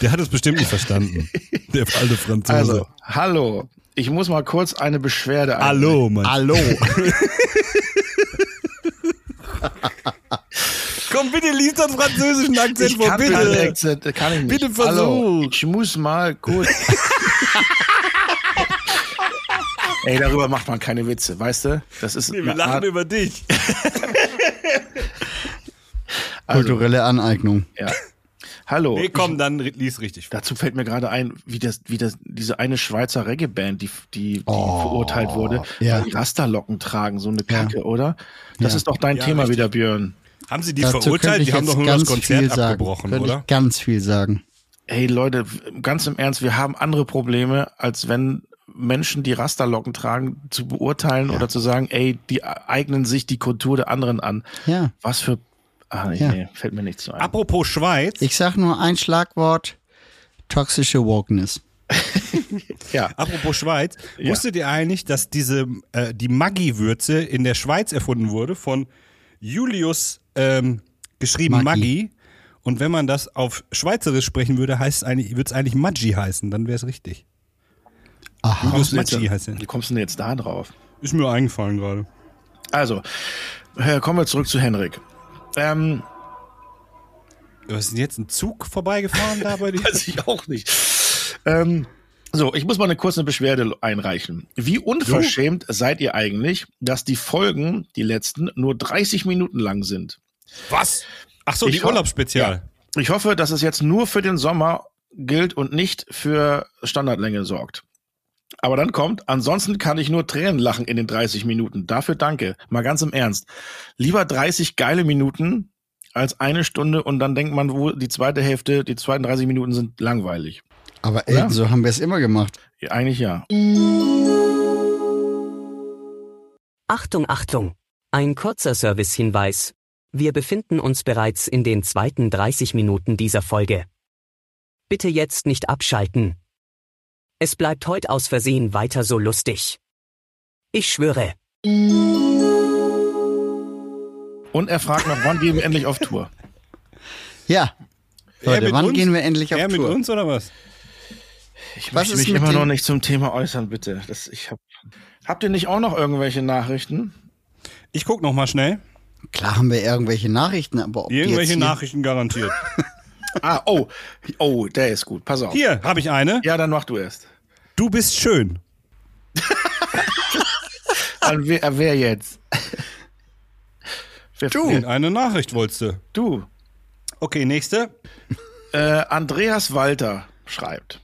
Der hat es bestimmt nicht [laughs] verstanden. Der alte Franzose. Also, hallo. Ich muss mal kurz eine Beschwerde einreichen. also, Hallo, Mann. Hallo. [laughs] Komm, bitte lies den französischen Akzent Ich kann keinen Akzent, kann ich nicht. Bitte versuch. Hallo, ich muss [laughs] mal kurz. Ey, darüber macht man keine Witze, weißt du? Das ist Wir eine lachen Art, über dich. Also Kulturelle Aneignung. ja. Hallo. [laughs] Nee, komm, [laughs] dann ri- lies richtig. Dazu fällt mir gerade ein, wie das, wie das, diese eine Schweizer Reggae-Band, die, die, die Oh, verurteilt wurde, ja. weil die Rasterlocken tragen, so eine Kacke, oder? Das ist doch dein Ja, Thema richtig. wieder, Björn. Haben sie die Dazu könnte verurteilt? ich Die haben jetzt doch nur das ganz viel Konzert sagen. abgebrochen, könnte oder? Ich ganz viel sagen. Hey Leute, ganz im Ernst, wir haben andere Probleme, als wenn Menschen, die Rasterlocken tragen, zu beurteilen oder zu sagen, ey, die eignen sich die Kultur der anderen an. Ja. Was für. Ah, nee, Ja. nee, fällt mir nichts zu ein. Apropos Schweiz. Ich sag nur ein Schlagwort: toxische Wokeness. ja. Apropos Schweiz, wusstet ihr eigentlich, dass diese äh, die Maggi-Würze in der Schweiz erfunden wurde von Julius ähm, geschrieben Maggi. Maggi. Und wenn man das auf Schweizerisch sprechen würde, heißt es eigentlich, würde es eigentlich Maggi heißen, dann wäre es richtig. Aha. Julius Kommst du Maggi jetzt, heißt er. wie kommst du denn jetzt da drauf? Ist mir eingefallen gerade. Also, äh, kommen wir zurück zu Henrik. Ähm, Was ist denn jetzt ein Zug vorbeigefahren da [laughs] bei dir? weiß ich auch nicht. Ähm, so, ich muss mal eine kurze Beschwerde einreichen. Wie unverschämt seid ihr eigentlich, dass die Folgen, die letzten, nur 30 Minuten lang sind? Was? Ach so, Ich die ho- Urlaubsspezial. Ich hoffe, dass es jetzt nur für den Sommer gilt und nicht für Standardlänge sorgt. Aber dann kommt, ansonsten kann ich nur Tränen lachen in den 30 Minuten. Dafür danke. Mal ganz im Ernst. Lieber 30 geile Minuten als eine Stunde und dann denkt man, wo die zweite Hälfte, die zweiten 30 Minuten sind langweilig. Aber ey, Ja. so haben wir es immer gemacht. Ja, Eigentlich ja. Achtung, Achtung! Ein kurzer Servicehinweis. Wir befinden uns bereits in den zweiten 30 Minuten dieser Folge. Bitte jetzt nicht abschalten. Es bleibt heute aus Versehen weiter so lustig. Ich schwöre. Und er fragt noch, wann gehen wir endlich auf Tour? Ja. Leute, mit wann uns? gehen wir endlich auf Er mit Tour? uns oder was? Ich Was möchte ist mich mit immer den- noch nicht zum Thema äußern, bitte. Das, ich hab, habt ihr nicht auch noch irgendwelche Nachrichten? Ich guck noch mal schnell. Klar haben wir irgendwelche Nachrichten, aber ob die jetzt Irgendwelche hier- Nachrichten garantiert. Ah, oh, oh, der ist gut. Pass auf. Hier habe ich eine. Ja, dann mach du erst. Du bist schön. Dann wer, äh, wer jetzt? Und Wer du. eine Nachricht wolltest du. Du. Oh. Okay, nächste. Äh, Andreas Walter schreibt.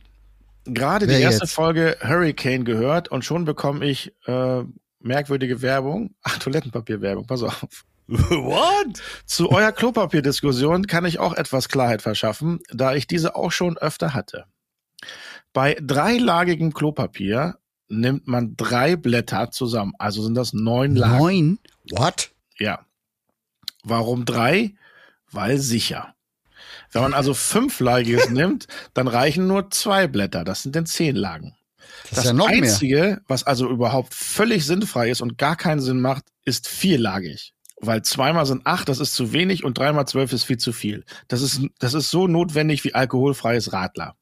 Gerade die Wer erste jetzt? Folge Hurricane gehört und schon bekomme ich äh, merkwürdige Werbung. Ach, Toilettenpapierwerbung, pass auf. [laughs] What? Zu eurer Klopapierdiskussion kann ich auch etwas Klarheit verschaffen, da ich diese auch schon öfter hatte. Bei dreilagigem Klopapier nimmt man drei Blätter zusammen, also sind das neun Lagen. Neun? What? Ja. Warum drei? Weil sicher. Wenn man also [laughs] fünflagiges nimmt, dann reichen nur zwei Blätter. Das sind dann zehn Lagen. Das, ist ja noch mehr. Einzige, was also überhaupt völlig sinnfrei ist und gar keinen Sinn macht, ist vierlagig. Weil zweimal sind acht, das ist zu wenig und dreimal zwölf ist viel zu viel. Das ist, das ist so notwendig wie alkoholfreies Radler.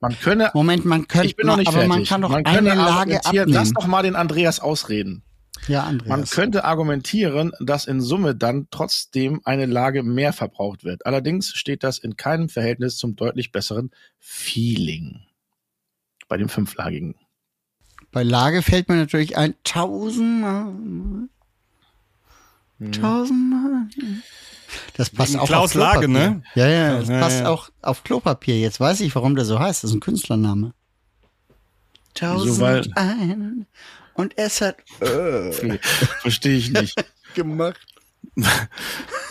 Man könne, Moment, man könnte, ich bin noch nicht aber fertig. man kann doch eine könne Lage argumentieren- Lass abnehmen. doch mal den Andreas ausreden. Ja, Man Andreas. könnte argumentieren, dass in Summe dann trotzdem eine Lage mehr verbraucht wird. Allerdings steht das in keinem Verhältnis zum deutlich besseren Feeling. Bei dem fünflagigen. Bei Lage fällt mir natürlich ein tausend, tausend. Das passt Hm. Wegen auch Klaus auf Klopapier. Lage, ne? Ja, ja, das Ja, passt ja. auch auf Klopapier. Jetzt weiß ich, warum der so heißt. Das ist ein Künstlername. Tausend weil- ein und es hat [laughs] Verstehe ich nicht. gemacht.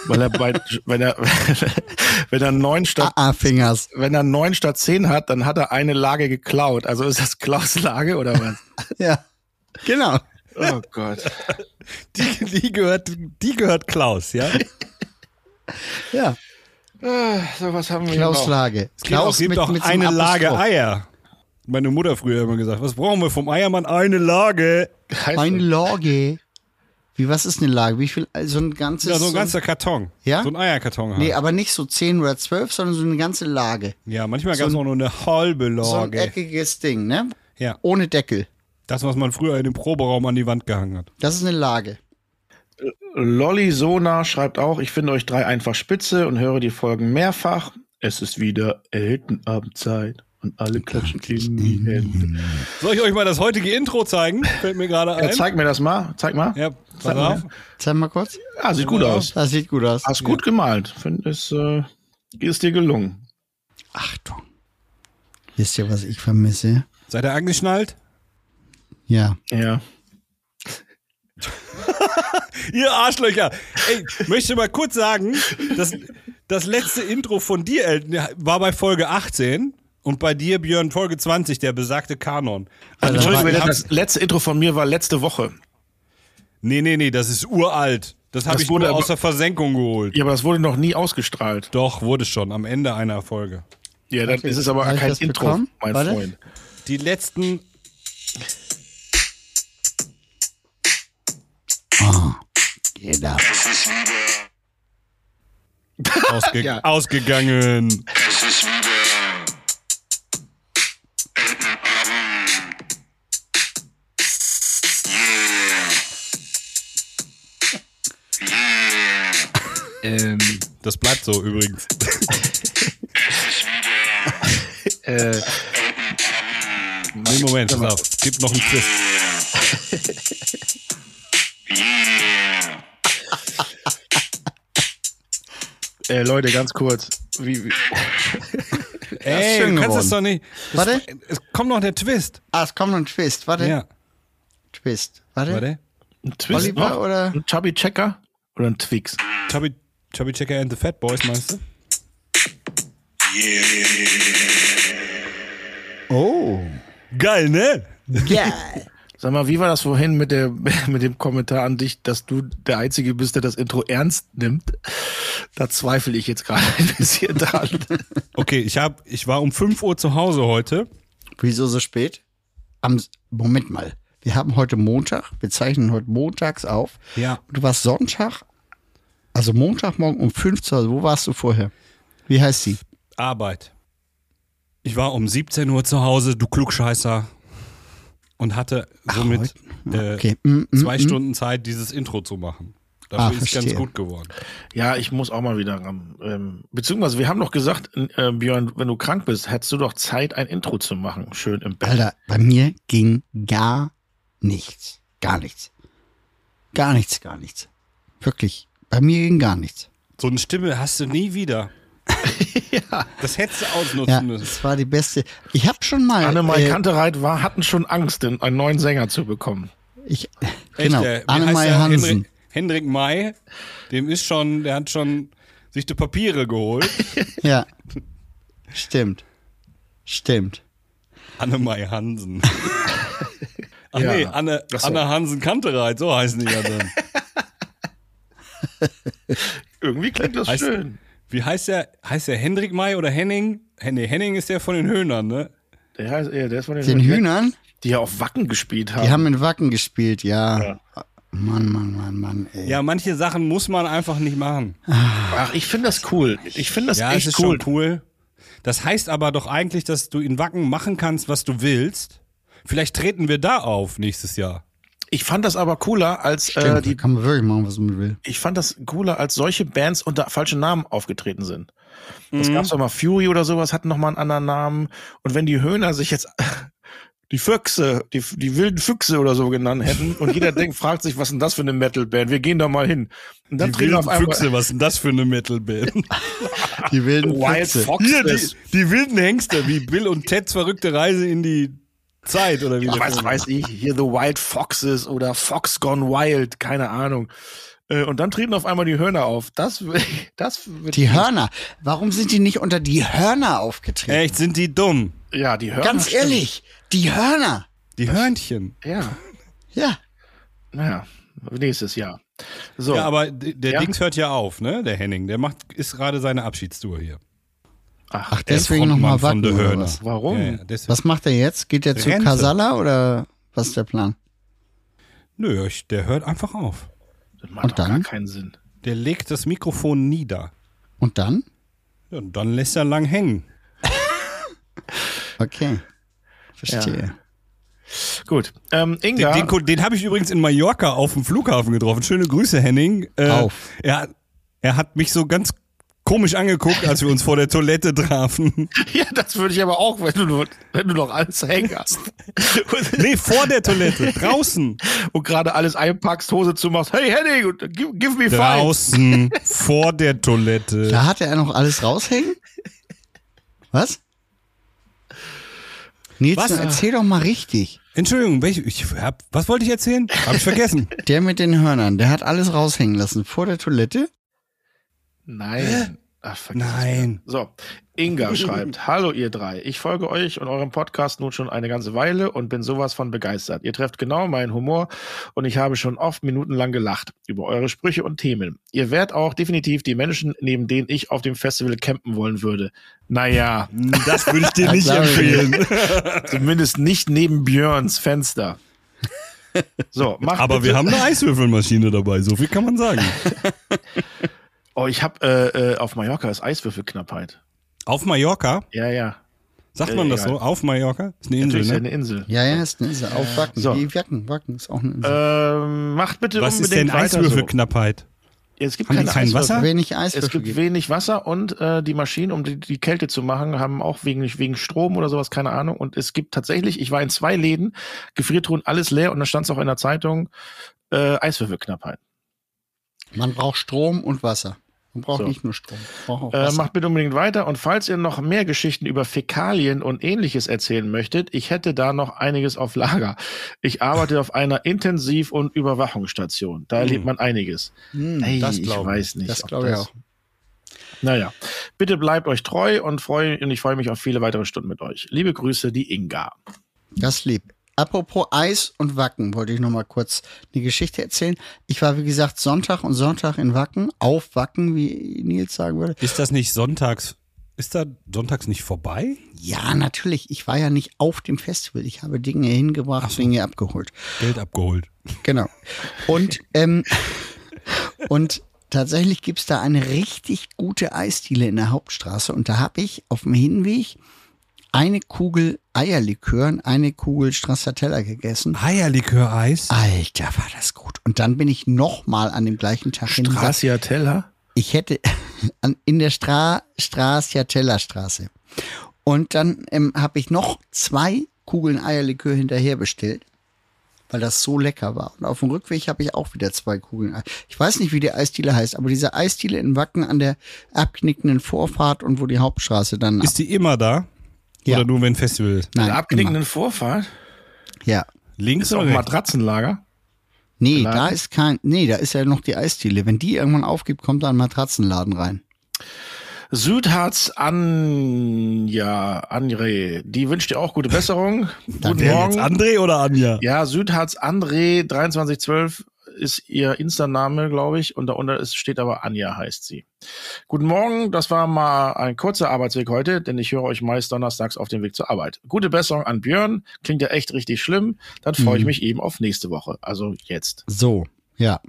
Weil er bei, wenn er, [laughs] wenn er neun statt, Ah, Fingers. wenn er neun statt zehn hat, dann hat er eine Lage geklaut. Also ist das Klaus Lage oder was? Ja, genau. Oh Gott. Die, die, gehört, die gehört Klaus, ja? Ja, So Also was haben wir Klaus Lage. Lage. Genau. Klaus gibt auch so einem eine Lage Apostroph. Eier. Meine Mutter früher immer gesagt, was brauchen wir vom Eiermann? Eine Lage. Eine Lage. Wie, was ist eine Lage? Wie viel, so ein ganzes. Ja, so ein ganzer Karton. Ja? So ein Eierkarton halt. haben. Nee, aber nicht so 10 oder 12, sondern so eine ganze Lage. ja, manchmal gab es auch nur eine halbe So ein Lage. eckiges Ding, ne? ja, Ohne Deckel. das, was man früher in dem Proberaum an die Wand gehangen hat. Das ist eine Lage. Lolly Sona schreibt auch, ich finde euch drei einfach spitze und höre die Folgen mehrfach. Es ist wieder Elternabendzeit und alle klatschen in die Hände. Soll ich euch mal das heutige Intro zeigen? Fällt mir gerade ein. Ja, zeig mir das mal, zeig mal. Ja, Zeig pass mal. auf. Zeig mal kurz. Ah, sieht gut aus. Das sieht gut aus. Hast gut gemalt. Find, ist, äh, ist dir gelungen. Achtung. Wisst ihr, was ich vermisse? Seid ihr angeschnallt? Ja. Ja. Ihr Arschlöcher! Ey, möchte mal kurz sagen, das, das letzte Intro von dir, Elton, war bei Folge 18 und bei dir, Björn, Folge 20, der besagte Kanon. Also, Entschuldigung, ich hab's- das letzte Intro von mir war letzte Woche. Nee, nee, nee, das ist uralt. Das habe Das ich wurde nur aber- aus der Versenkung geholt. Ja, aber das wurde noch nie ausgestrahlt. Doch, wurde schon, am Ende einer Folge. Ja, dann ist es aber Hab ich kein das Intro, bekommen? mein Warte. Freund. Die letzten. Genau. Es ist wieder. Ausge Ausgegangen. Es ist wieder. Eltenabend. Yeah. Yeah. Das bleibt so [laughs] übrigens. Es ist wieder. Äh. Eltenabend. Nee, Moment, pass auf. Gibt noch einen Twist. Yeah. Äh, Leute, ganz kurz. Wie, wie, Ey, schön du kannst das geworden. doch nicht. Das, Warte. Es kommt noch der Twist. Ah, es kommt noch ein Twist. Warte. Ja, Twist. Warte. warte. ein Twist Oliver noch? oder- Ein Chubby Checker? Oder ein Twix? Chubby, Chubby Checker and the Fat Boys, meinst du? Oh. Geil, ne? Geil. Sag mal, wie war das vorhin mit, der, [laughs] mit dem Kommentar an dich, dass du der Einzige bist, der das Intro ernst nimmt? Da zweifle ich jetzt gerade [laughs] ein bisschen dran. Okay, ich, hab, ich war um 5 Uhr zu Hause heute. Wieso so spät? Am, S- Moment mal. Wir haben heute Montag. Wir zeichnen heute montags auf. Ja. Du warst Sonntag, also Montagmorgen um 15 Uhr. Wo warst du vorher? Wie heißt sie? Arbeit. Ich war um 17 Uhr zu Hause, du Klugscheißer. Und hatte somit äh, okay. Mm, mm, zwei mm. Stunden Zeit, dieses Intro zu machen. Dafür Ah, ist es ganz verstehe. gut geworden. Ja, ich muss auch mal wieder ran. Ähm, beziehungsweise, wir haben doch gesagt, äh, Björn, wenn du krank bist, hättest du doch Zeit, ein Intro zu machen. Schön im Bett. Alter, bei mir ging gar nichts. Gar nichts. Gar nichts, gar nichts. Wirklich. Bei mir ging gar nichts. So eine Stimme hast du nie wieder. Das hättest du ausnutzen Ja, müssen. es war die beste. Ich habe schon mal. Annemal äh, Kantereit war, hatten schon Angst, den- einen neuen Sänger zu bekommen. ich, Echt, genau, ey. Wie heißt Annemai der? Hansen. Henrik, Hendrik May, dem ist schon, der hat schon sich die Papiere geholt. Ja. Stimmt. Stimmt. Anne-Mai Hansen. Ach Ja. nee, Anne, Ach so. Anne Hansen Kantereit, so heißen die ja dann. Irgendwie klingt das Heißt- schön. Wie heißt der? Heißt der Hendrik May oder Henning? Hen- Nee, Henning ist der von den Höhnern, ne? Der, heißt, ja, der ist von den, Den Hühnern, Die ja auf Wacken gespielt haben. die haben in Wacken gespielt, ja. Mann, Mann, Mann, Mann, ey. Ja, manche Sachen muss man einfach nicht machen. Ach, ich finde das cool. Ich finde das ja, es echt ist cool. schon cool. Das heißt aber doch eigentlich, dass du in Wacken machen kannst, was du willst. Vielleicht treten wir da auf nächstes Jahr. Ich fand das aber cooler als Stimmt, äh, die, da kann man wirklich machen, was man will. ich fand das cooler als solche Bands unter falschen Namen aufgetreten sind. Mhm. Das gab's doch mal Fury oder sowas hatten noch mal einen anderen Namen und wenn die Höhner sich jetzt [laughs] die Füchse, die, die wilden Füchse oder so genannt hätten und [laughs] jeder denkt fragt sich, was ist denn das für eine Metalband? Wir gehen da mal hin. Und dann die treten auf wilden einmal Füchse, was ist denn das für eine Metalband? [laughs] Die wilden Wild Füchse. Hier, Foxes. die, die wilden Hengste, wie Bill und Teds verrückte Reise in die Zeit, oder wie Ja, das was heißt. weiß ich, hier The Wild Foxes oder Fox Gone Wild, keine Ahnung. Äh, Und dann treten auf einmal die Hörner auf. Das, w- [laughs] das, wird- Die Hörner. Warum sind die nicht unter die Hörner aufgetreten? Echt, sind die dumm? ja, die Hörner. Ganz stimmt. ehrlich, die Hörner. Die Hörnchen. Ja, Ja. naja, nächstes Jahr. So, Ja, aber d- der Ja. Dings hört ja auf, ne? Der Henning, der macht, ist gerade seine Abschiedstour hier. Ach, Der deswegen nochmal Frontmann von Wacken The oder Hörner. was? warum? Ja, ja, deswegen. Was macht er jetzt? Geht er zu Rente. Casalla oder was ist der Plan? Nö, ich- der hört einfach auf. Das macht Und doch dann? gar keinen Sinn. Der legt das Mikrofon nieder. Und dann? Ja, und dann lässt er lang hängen. Okay. Verstehe. Gut, ähm, Den, Inga, den, Ko- den habe ich übrigens in Mallorca auf dem Flughafen getroffen. Schöne Grüße, Henning. Äh, Auf. Er, er hat mich so ganz komisch angeguckt, als wir uns vor der Toilette trafen. [laughs] ja, das würde ich aber auch, wenn du, nur- wenn du noch alles hängen hast. [laughs] Und- Nee, vor der Toilette. Draußen. und gerade alles einpackst, Hose zumachst. Hey Henning, give, give me five. Draußen. Vor der Toilette. Da hatte er noch alles raushängen? Was? Nils, Was? was? erzähl doch mal richtig. Entschuldigung, welche, ich hab, was wollte ich erzählen? Hab ich vergessen. Der mit den Hörnern, der hat alles raushängen lassen. Vor der Toilette? Nein. Ach, vergiss es Nein. So, [laughs] Inga schreibt, hallo ihr drei, ich folge euch und eurem Podcast nun schon eine ganze Weile und bin sowas von begeistert. Ihr trefft genau meinen Humor und ich habe schon oft minutenlang gelacht über eure Sprüche und Themen. Ihr wärt auch definitiv die Menschen, neben denen ich auf dem Festival campen wollen würde. [laughs] Naja, Das würde ich dir nicht glaub ich empfehlen. zumindest nicht neben Björns Fenster. [laughs] So, macht Aber wir bitte- haben eine Eiswürfelmaschine dabei, so viel kann man sagen. Oh, ich habe äh, äh, auf Mallorca ist Eiswürfelknappheit. Auf Mallorca, Ja, ja. sagt man das Egal. so? Auf Mallorca? Ist eine Natürlich ist ja Insel, ne? eine Insel. Ja, ja, ist eine Insel. Auf Wacken. So. Die Wacken, Wacken ist auch eine Insel. Ähm, macht bitte Was ist unbedingt denn weiter Eiswürfelknappheit? So. Es gibt Haben die keine kein Eiswürfel. Wasser? Wenig Äh, Es Eiswürfel gibt gibt. wenig Wasser und äh, die Maschinen, um die, die Kälte zu machen, haben auch wegen, wegen Strom oder sowas, keine Ahnung. Und es gibt tatsächlich, ich war in zwei Läden, Gefriertruhen, alles leer und da stand es auch in der Zeitung, äh, Eiswürfelknappheit. Man braucht Strom und Wasser. Man braucht So. nicht nur Strom. Man braucht auch Äh, Wasser. macht bitte unbedingt weiter und falls ihr noch mehr Geschichten über Fäkalien und ähnliches erzählen möchtet, ich hätte da noch einiges auf Lager. Ich arbeite auf einer Intensiv- und Überwachungsstation. Da erlebt man einiges. Hm, Ey, das ich glaube ich. weiß nicht. Das ob glaube ich auch. Naja, bitte bleibt euch treu und, freu, und ich freue mich auf viele weitere Stunden mit euch. Liebe Grüße, die Inga. Das lieb. Apropos Eis und Wacken wollte ich noch mal kurz eine Geschichte erzählen. Ich war, wie gesagt, Sonntag und Sonntag in Wacken, auf Wacken, wie Nils sagen würde. Ist das nicht sonntags? Ist da sonntags nicht vorbei? Ja, natürlich. Ich war ja nicht auf dem Festival. Ich habe Dinge hingebracht, Dinge abgeholt. Geld abgeholt. Genau. Und, [laughs] ähm, und tatsächlich gibt's da eine richtig gute Eisdiele in der Hauptstraße. Und da habe ich auf dem Hinweg eine Kugel Eierlikör und eine Kugel Stracciatella gegessen. Ah Eierliköreis? Alter, war das gut. Und dann bin ich nochmal an dem gleichen Tag hin und sag, Teller? ich hätte [laughs] an, in der Stra Straße. Und dann ähm, habe ich noch zwei Kugeln Eierlikör hinterher bestellt, weil das so lecker war. Und auf dem Rückweg habe ich auch wieder zwei Kugeln. Ei- Ich weiß nicht, wie die Eisdiele heißt, aber diese Eisdiele in Wacken an der abknickenden Vorfahrt und wo die Hauptstraße dann ab Ist die immer da? Ja. Oder nur wenn Festival ist? Nein, Eine abknickenden Vorfahrt? immer. Ja. Links Ist auch oder ein rechts? Matratzenlager? Nee, Laden? da ist kein, nee, da ist ja noch die Eisdiele. Wenn die irgendwann aufgibt, kommt da ein Matratzenladen rein. Südharz Anja, Andre, die wünscht dir auch gute Besserung. Guten Wer Jetzt André oder Anja? Ja, Südharz André 2312 ist ihr Insta-Name, glaube ich, und darunter ist, steht aber Anja heißt sie. Guten Morgen, das war mal ein kurzer Arbeitsweg heute, denn ich höre euch meist donnerstags auf dem Weg zur Arbeit. Gute Besserung an Björn, klingt ja echt richtig schlimm, dann freue ich mich eben auf nächste Woche, also jetzt. So, ja.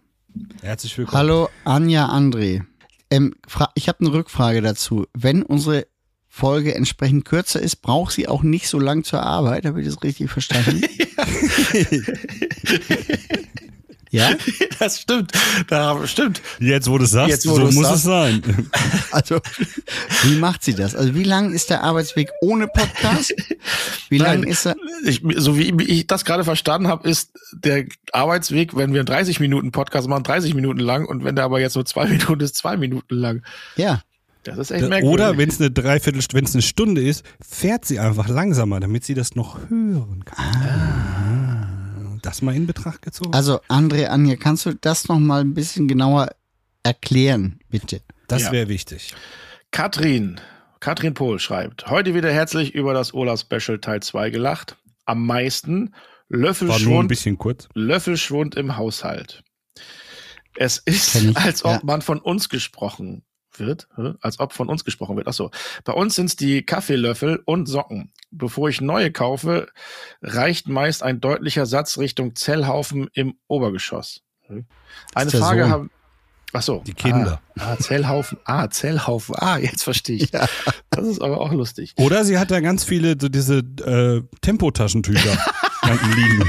Herzlich willkommen. Hallo, Anja André. Ähm, fra- ich habe eine Rückfrage dazu. Wenn unsere Folge entsprechend kürzer ist, braucht sie auch nicht so lang zur Arbeit. Habe ich das richtig verstanden? ja? [laughs] Das stimmt, da, stimmt. Jetzt, wo du es sagst, Jetzt, wo so du es muss sagst. es sein. Also, wie macht sie das? Also, wie lang ist der Arbeitsweg ohne Podcast? Wie lang ist er? Ich, so wie ich das gerade verstanden habe, ist der Arbeitsweg, wenn wir einen 30 Minuten Podcast machen, 30 Minuten lang und wenn der aber jetzt nur zwei [laughs] Minuten ist, zwei Minuten lang. Ja. Das ist echt merkwürdig. Oder wenn es eine Dreiviertel, wenn es eine Stunde ist, fährt sie einfach langsamer, damit sie das noch hören kann. Ah. Das mal in Betracht gezogen. Also, André, Anja, kannst du das noch mal ein bisschen genauer erklären, bitte? das ja. wäre wichtig. Katrin, Katrin Pohl schreibt, heute wieder herzlich über das Ola Special Teil 2 gelacht. Am meisten War nur ein Löffelschwund, bisschen kurz. Löffelschwund im Haushalt. Es ist, Kenn ich, als ob ja. man von uns gesprochen wird, hä? als ob von uns gesprochen wird. Ach so. Bei uns sind es die Kaffeelöffel und Socken. Bevor ich neue kaufe, reicht meist ein deutlicher Satz Richtung Zellhaufen im Obergeschoss. Hm. Eine der Frage Sohn. haben. Ach so. Die Kinder. Ah, ah, Zellhaufen. Ah, Zellhaufen. Ah, jetzt verstehe [laughs] ich. Das ist aber auch lustig. Oder sie hat da ganz viele so diese äh, [laughs] Tempotaschentücher hinten liegen.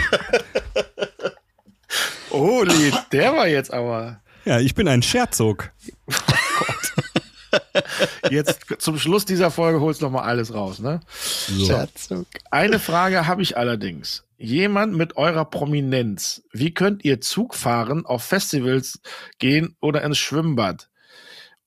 Oh, Lied, der war jetzt aber. Ja, ich bin ein Scherzog. Jetzt zum Schluss dieser Folge holst du nochmal alles raus, ne? Scherzog. Eine Frage habe ich allerdings. Jemand mit eurer Prominenz, wie könnt ihr Zug fahren, auf Festivals gehen oder ins Schwimmbad,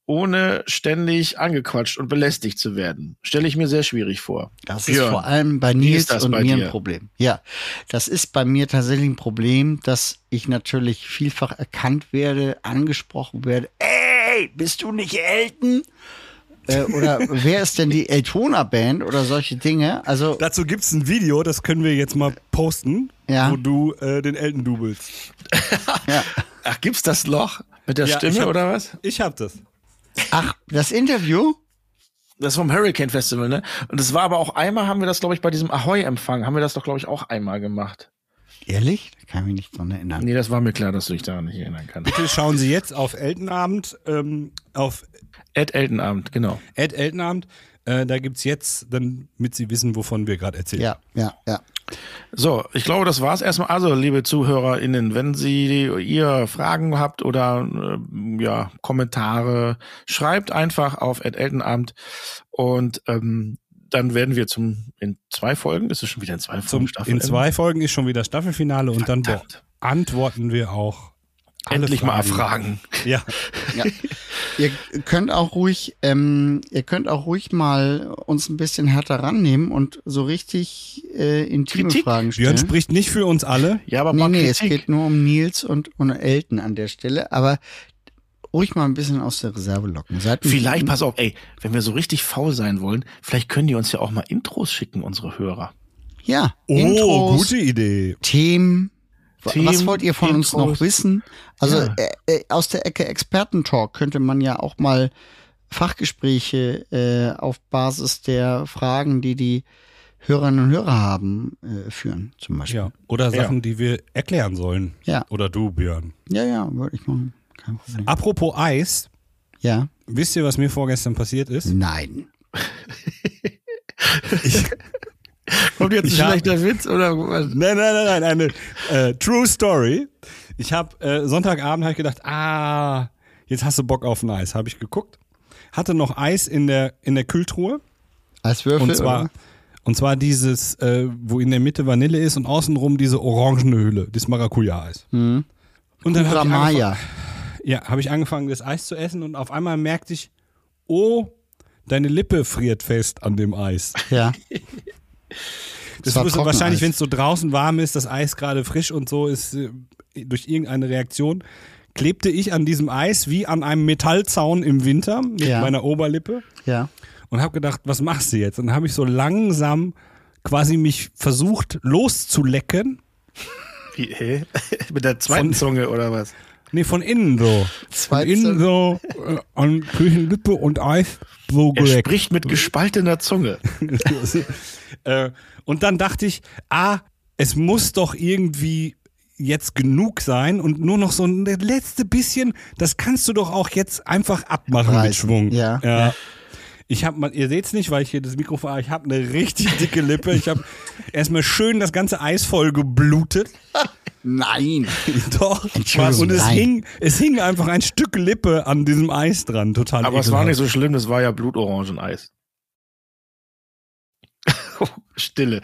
ohne ständig angequatscht und belästigt zu werden? Stelle ich mir sehr schwierig vor. Das ist Björn, vor allem bei wie Nils ist das und bei mir dir? ein Problem. Ja, das ist bei mir tatsächlich ein Problem, dass ich natürlich vielfach erkannt werde, angesprochen werde. Ey, bist du nicht Elton? Äh, oder [laughs] wer ist denn die Eltona Band oder solche Dinge? Also Dazu gibt es ein Video, das können wir jetzt mal posten, Ja. wo du äh, den Elton dubelst. Ach, gibt's das Loch mit der Ja, ich Stimme hab- oder was? Ich hab das. ach, das Interview? Das ist vom Hurricane Festival, ne? Und das war aber auch einmal, haben wir das, glaube ich, bei diesem Ahoi-Empfang, haben wir das doch, glaube ich, auch einmal gemacht. Ehrlich? Da kann ich mich nicht dran erinnern. Nee, das war mir klar, dass du dich daran nicht erinnern kannst. Bitte schauen Sie jetzt auf Eltenabend, ähm, auf Ed Eltenabend, genau. Ed Eltenabend. Äh, da gibt's jetzt, damit Sie wissen, wovon wir gerade erzählen. Ja, ja, ja. So, ich glaube, das war's erstmal. Also, liebe ZuhörerInnen, wenn Sie ihr Fragen habt oder ähm, ja, Kommentare, schreibt einfach auf Eltenamt und ähm, dann werden wir zum in zwei Folgen, ist es schon wieder in zwei Folgen Zum, in Staffelende? zwei Folgen ist schon wieder Staffelfinale und dann Verdammt. beantworten wir auch alle endlich mal Fragen. fragen. Ja, Ihr könnt auch ruhig, ähm, ihr könnt auch ruhig mal uns ein bisschen härter rannehmen und so richtig äh, intime Kritik? Fragen Björn stellen. spricht nicht für uns alle. Ja, aber Nee, mal nee, es Kritik. geht nur um Nils und, und Elton an der Stelle, aber ruhig mal ein bisschen aus der Reserve locken. Seid nicht- Vielleicht, pass auf, ey, wenn wir so richtig faul sein wollen, vielleicht können die uns ja auch mal Intros schicken, unsere Hörer. Ja, Oh, Intros, Oh, Idee. Themen. W- Themen, Was wollt ihr von uns Intros. noch wissen? Also Ja. äh, äh, aus der Ecke Expertentalk könnte man ja auch mal Fachgespräche äh, auf Basis der Fragen, die die Hörerinnen und Hörer haben, äh, führen, zum Beispiel. Ja. Oder Sachen, die wir erklären sollen. Ja. Oder du, Björn. Ja, ja, würde ich machen. Kein Problem. Apropos Eis, Ja. wisst ihr, was mir vorgestern passiert ist? Nein. [laughs] Ich, Kommt jetzt Ich hab- Witz oder was? nein, nein, nein, nein, eine äh, True Story. Ich habe äh, Sonntagabend hab ich gedacht, ah, jetzt hast du Bock auf ein Eis. Habe ich geguckt, hatte noch Eis in der in der Kühltruhe Als Würfel. und zwar oder? und zwar dieses, äh, wo in der Mitte Vanille ist und außenrum diese orangene Hülle, das Maracuja-Eis. Und dann hab ich Cobra angefangen- Maya. Ja, habe ich angefangen, das Eis zu essen und auf einmal merkte ich, oh, deine Lippe friert fest an dem Eis. Ja. Das war muss Trockeneis. wahrscheinlich, wenn es so draußen warm ist, das Eis gerade frisch und so ist, äh, durch irgendeine Reaktion klebte ich an diesem Eis wie an einem Metallzaun im Winter mit Ja. meiner Oberlippe Ja. und habe gedacht, was machst du jetzt? Und habe ich so langsam quasi mich versucht loszulecken. Wie, hä? [laughs] Mit der zweiten Von- Zunge oder was? Nee, von innen so. Von Zweite- innen so äh, an Küchenlippe und Eis so Er geleckt. spricht mit gespaltener Zunge. [laughs] äh, und dann dachte ich, ah, es muss doch irgendwie jetzt genug sein und nur noch so ein letzte bisschen, das kannst du doch auch jetzt einfach abmachen mit Abreißen, Schwung. ja. ja. Ich habe mal, ihr seht's nicht, weil ich hier das Mikrofon, aber ich habe eine richtig [laughs] dicke Lippe. Ich habe erstmal schön das ganze Eis voll [laughs] geblutet. Nein. Doch. Entschuldigung, Und es nein. hing, es hing einfach ein Stück Lippe an diesem Eis dran. Total Aber es war ekelhaft. nicht so schlimm, das war ja Blutorangeneis. [laughs] Stille.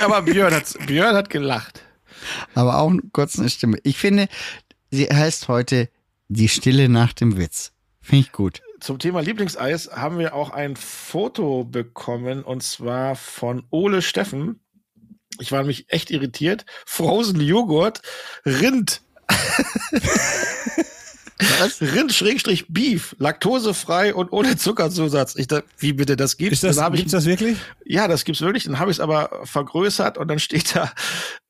Aber Björn hat, Björn hat gelacht. Aber auch kurz eine Stimme. Ich finde, sie heißt heute Die Stille nach dem Witz. Finde ich gut. Zum Thema Lieblingseis haben wir auch ein Foto bekommen und zwar von Ole Steffen. Ich war nämlich echt irritiert. Frozen Joghurt, Rind, [laughs] Was? Rind Schrägstrich Beef, laktosefrei und ohne Zuckerzusatz. Ich dachte, wie bitte das gibt's? Ist das, Dann hab ich- gibt's das wirklich? Ja, das gibt's wirklich. Dann habe ich es aber vergrößert und dann steht da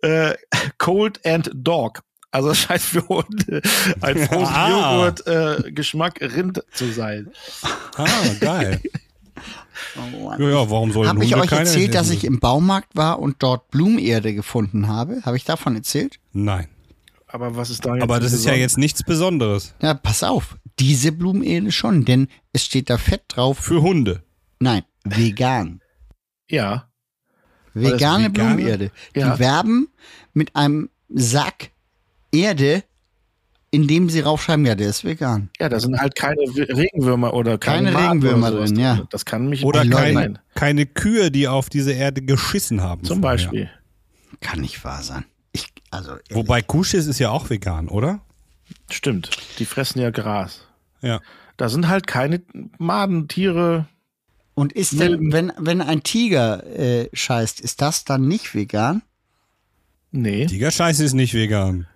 äh, Cold and Dog. Also es scheint für Hunde ein [laughs] Frozen Ah. Joghurt äh, Geschmack Rind zu sein. Ah, geil. Oh Mann. Ja, ja, warum sollen Habe ich Hunde euch keine erzählt, dass essen? ich im Baumarkt war und dort Blumenerde gefunden habe? Habe ich davon erzählt? Nein. Aber was ist da jetzt? Aber das ist ja besonders? jetzt nichts Besonderes. Ja, pass auf. Diese Blumenerde schon, denn es steht da fett drauf. Für Hunde. Nein, vegan. Ja. Vegane vegane? Blumenerde. Ja. Die werben mit einem Sack Erde, in dem sie raufschreiben, ja, der ist vegan. Ja, da sind halt keine W- Regenwürmer oder keine, Keine Maden Regenwürmer oder sowas drin, ja. Das kann mich Oder Die Leute- keine, Nein, keine Kühe, die auf diese Erde geschissen haben. Zum vorher. Beispiel. Kann nicht wahr sein. Ich, also, Wobei Kuschis ist ja auch vegan, oder? Stimmt. Die fressen ja Gras. Ja. Da sind halt keine Maden, Tiere. und ist denn, wenn, wenn ein Tiger äh, scheißt, ist das dann nicht vegan? Nee. Tigerscheiße ist nicht vegan.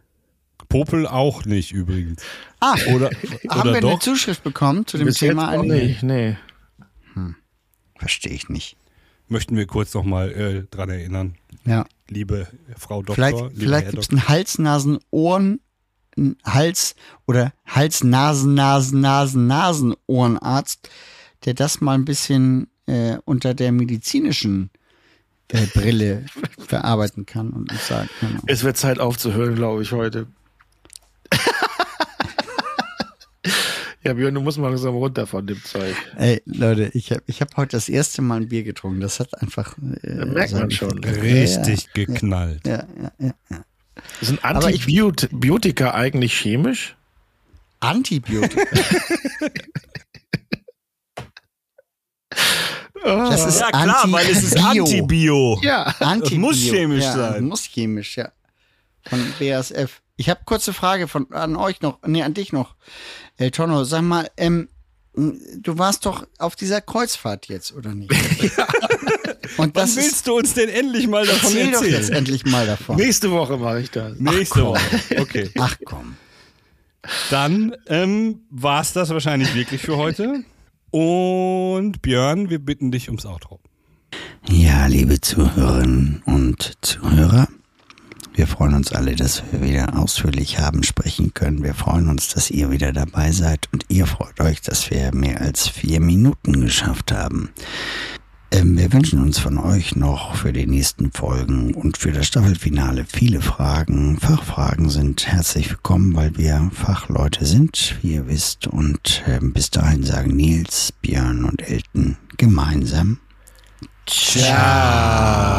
Popel auch nicht übrigens. Ah, [laughs] Oder, [laughs] haben oder wir eine doch? Zuschrift bekommen zu dem Bis Thema? jetzt noch Anime? nicht. Nee. Verstehe ich nicht. Möchten wir kurz nochmal äh, dran erinnern. Ja. Liebe Frau Doktor, Vielleicht, lieber vielleicht Herr gibt es Doktor. einen Hals, Nasen, Ohren, einen Hals oder Hals, Nasen, Nasen, Nasen, Nasen, Ohrenarzt, der das mal ein bisschen äh, unter der medizinischen äh, Brille [laughs] verarbeiten kann und uns sagen kann. Es wird Zeit aufzuhören, glaube ich, [laughs] heute. ja, Björn, du musst mal langsam runter von dem Zeug. Ey, Leute, ich habe ich hab heute das erste Mal ein Bier getrunken. Das hat einfach. Äh, merkt man seinen schon. Effekt. Richtig geknallt. Ja, ja, ja. Sind Aber ich- Antibiotika eigentlich chemisch? [laughs] Antibiotika. Das ist Ah. Ja, klar, weil es ist Anti-Bio. Antibio. Ja. [laughs] Antibio. muss chemisch ja, sein. Muss chemisch, ja. Von BASF. Ich habe kurze Frage von an euch noch, nee, an dich noch. El Tono, sag mal, ähm, du warst doch auf dieser Kreuzfahrt jetzt, oder [laughs] nicht? Und Wann das ist, willst du uns denn endlich mal davon erzähl doch jetzt erzählen? endlich mal davon. Nächste Woche mache ich das. Nächste Woche. Okay. Ach komm. Dann ähm, war es das wahrscheinlich wirklich für heute. Und Björn, wir bitten dich ums Outro. Ja, liebe Zuhörerinnen und Zuhörer, wir freuen uns alle, dass wir wieder ausführlich haben sprechen können. Wir freuen uns, dass ihr wieder dabei seid und ihr freut euch, dass wir mehr als vier Minuten geschafft haben. Ähm, wir wünschen uns von euch noch für die nächsten Folgen und für das Staffelfinale viele Fragen. Fachfragen sind herzlich willkommen, weil wir Fachleute sind, wie ihr wisst. Und ähm, bis dahin sagen Nils, Björn und Elton gemeinsam Ciao.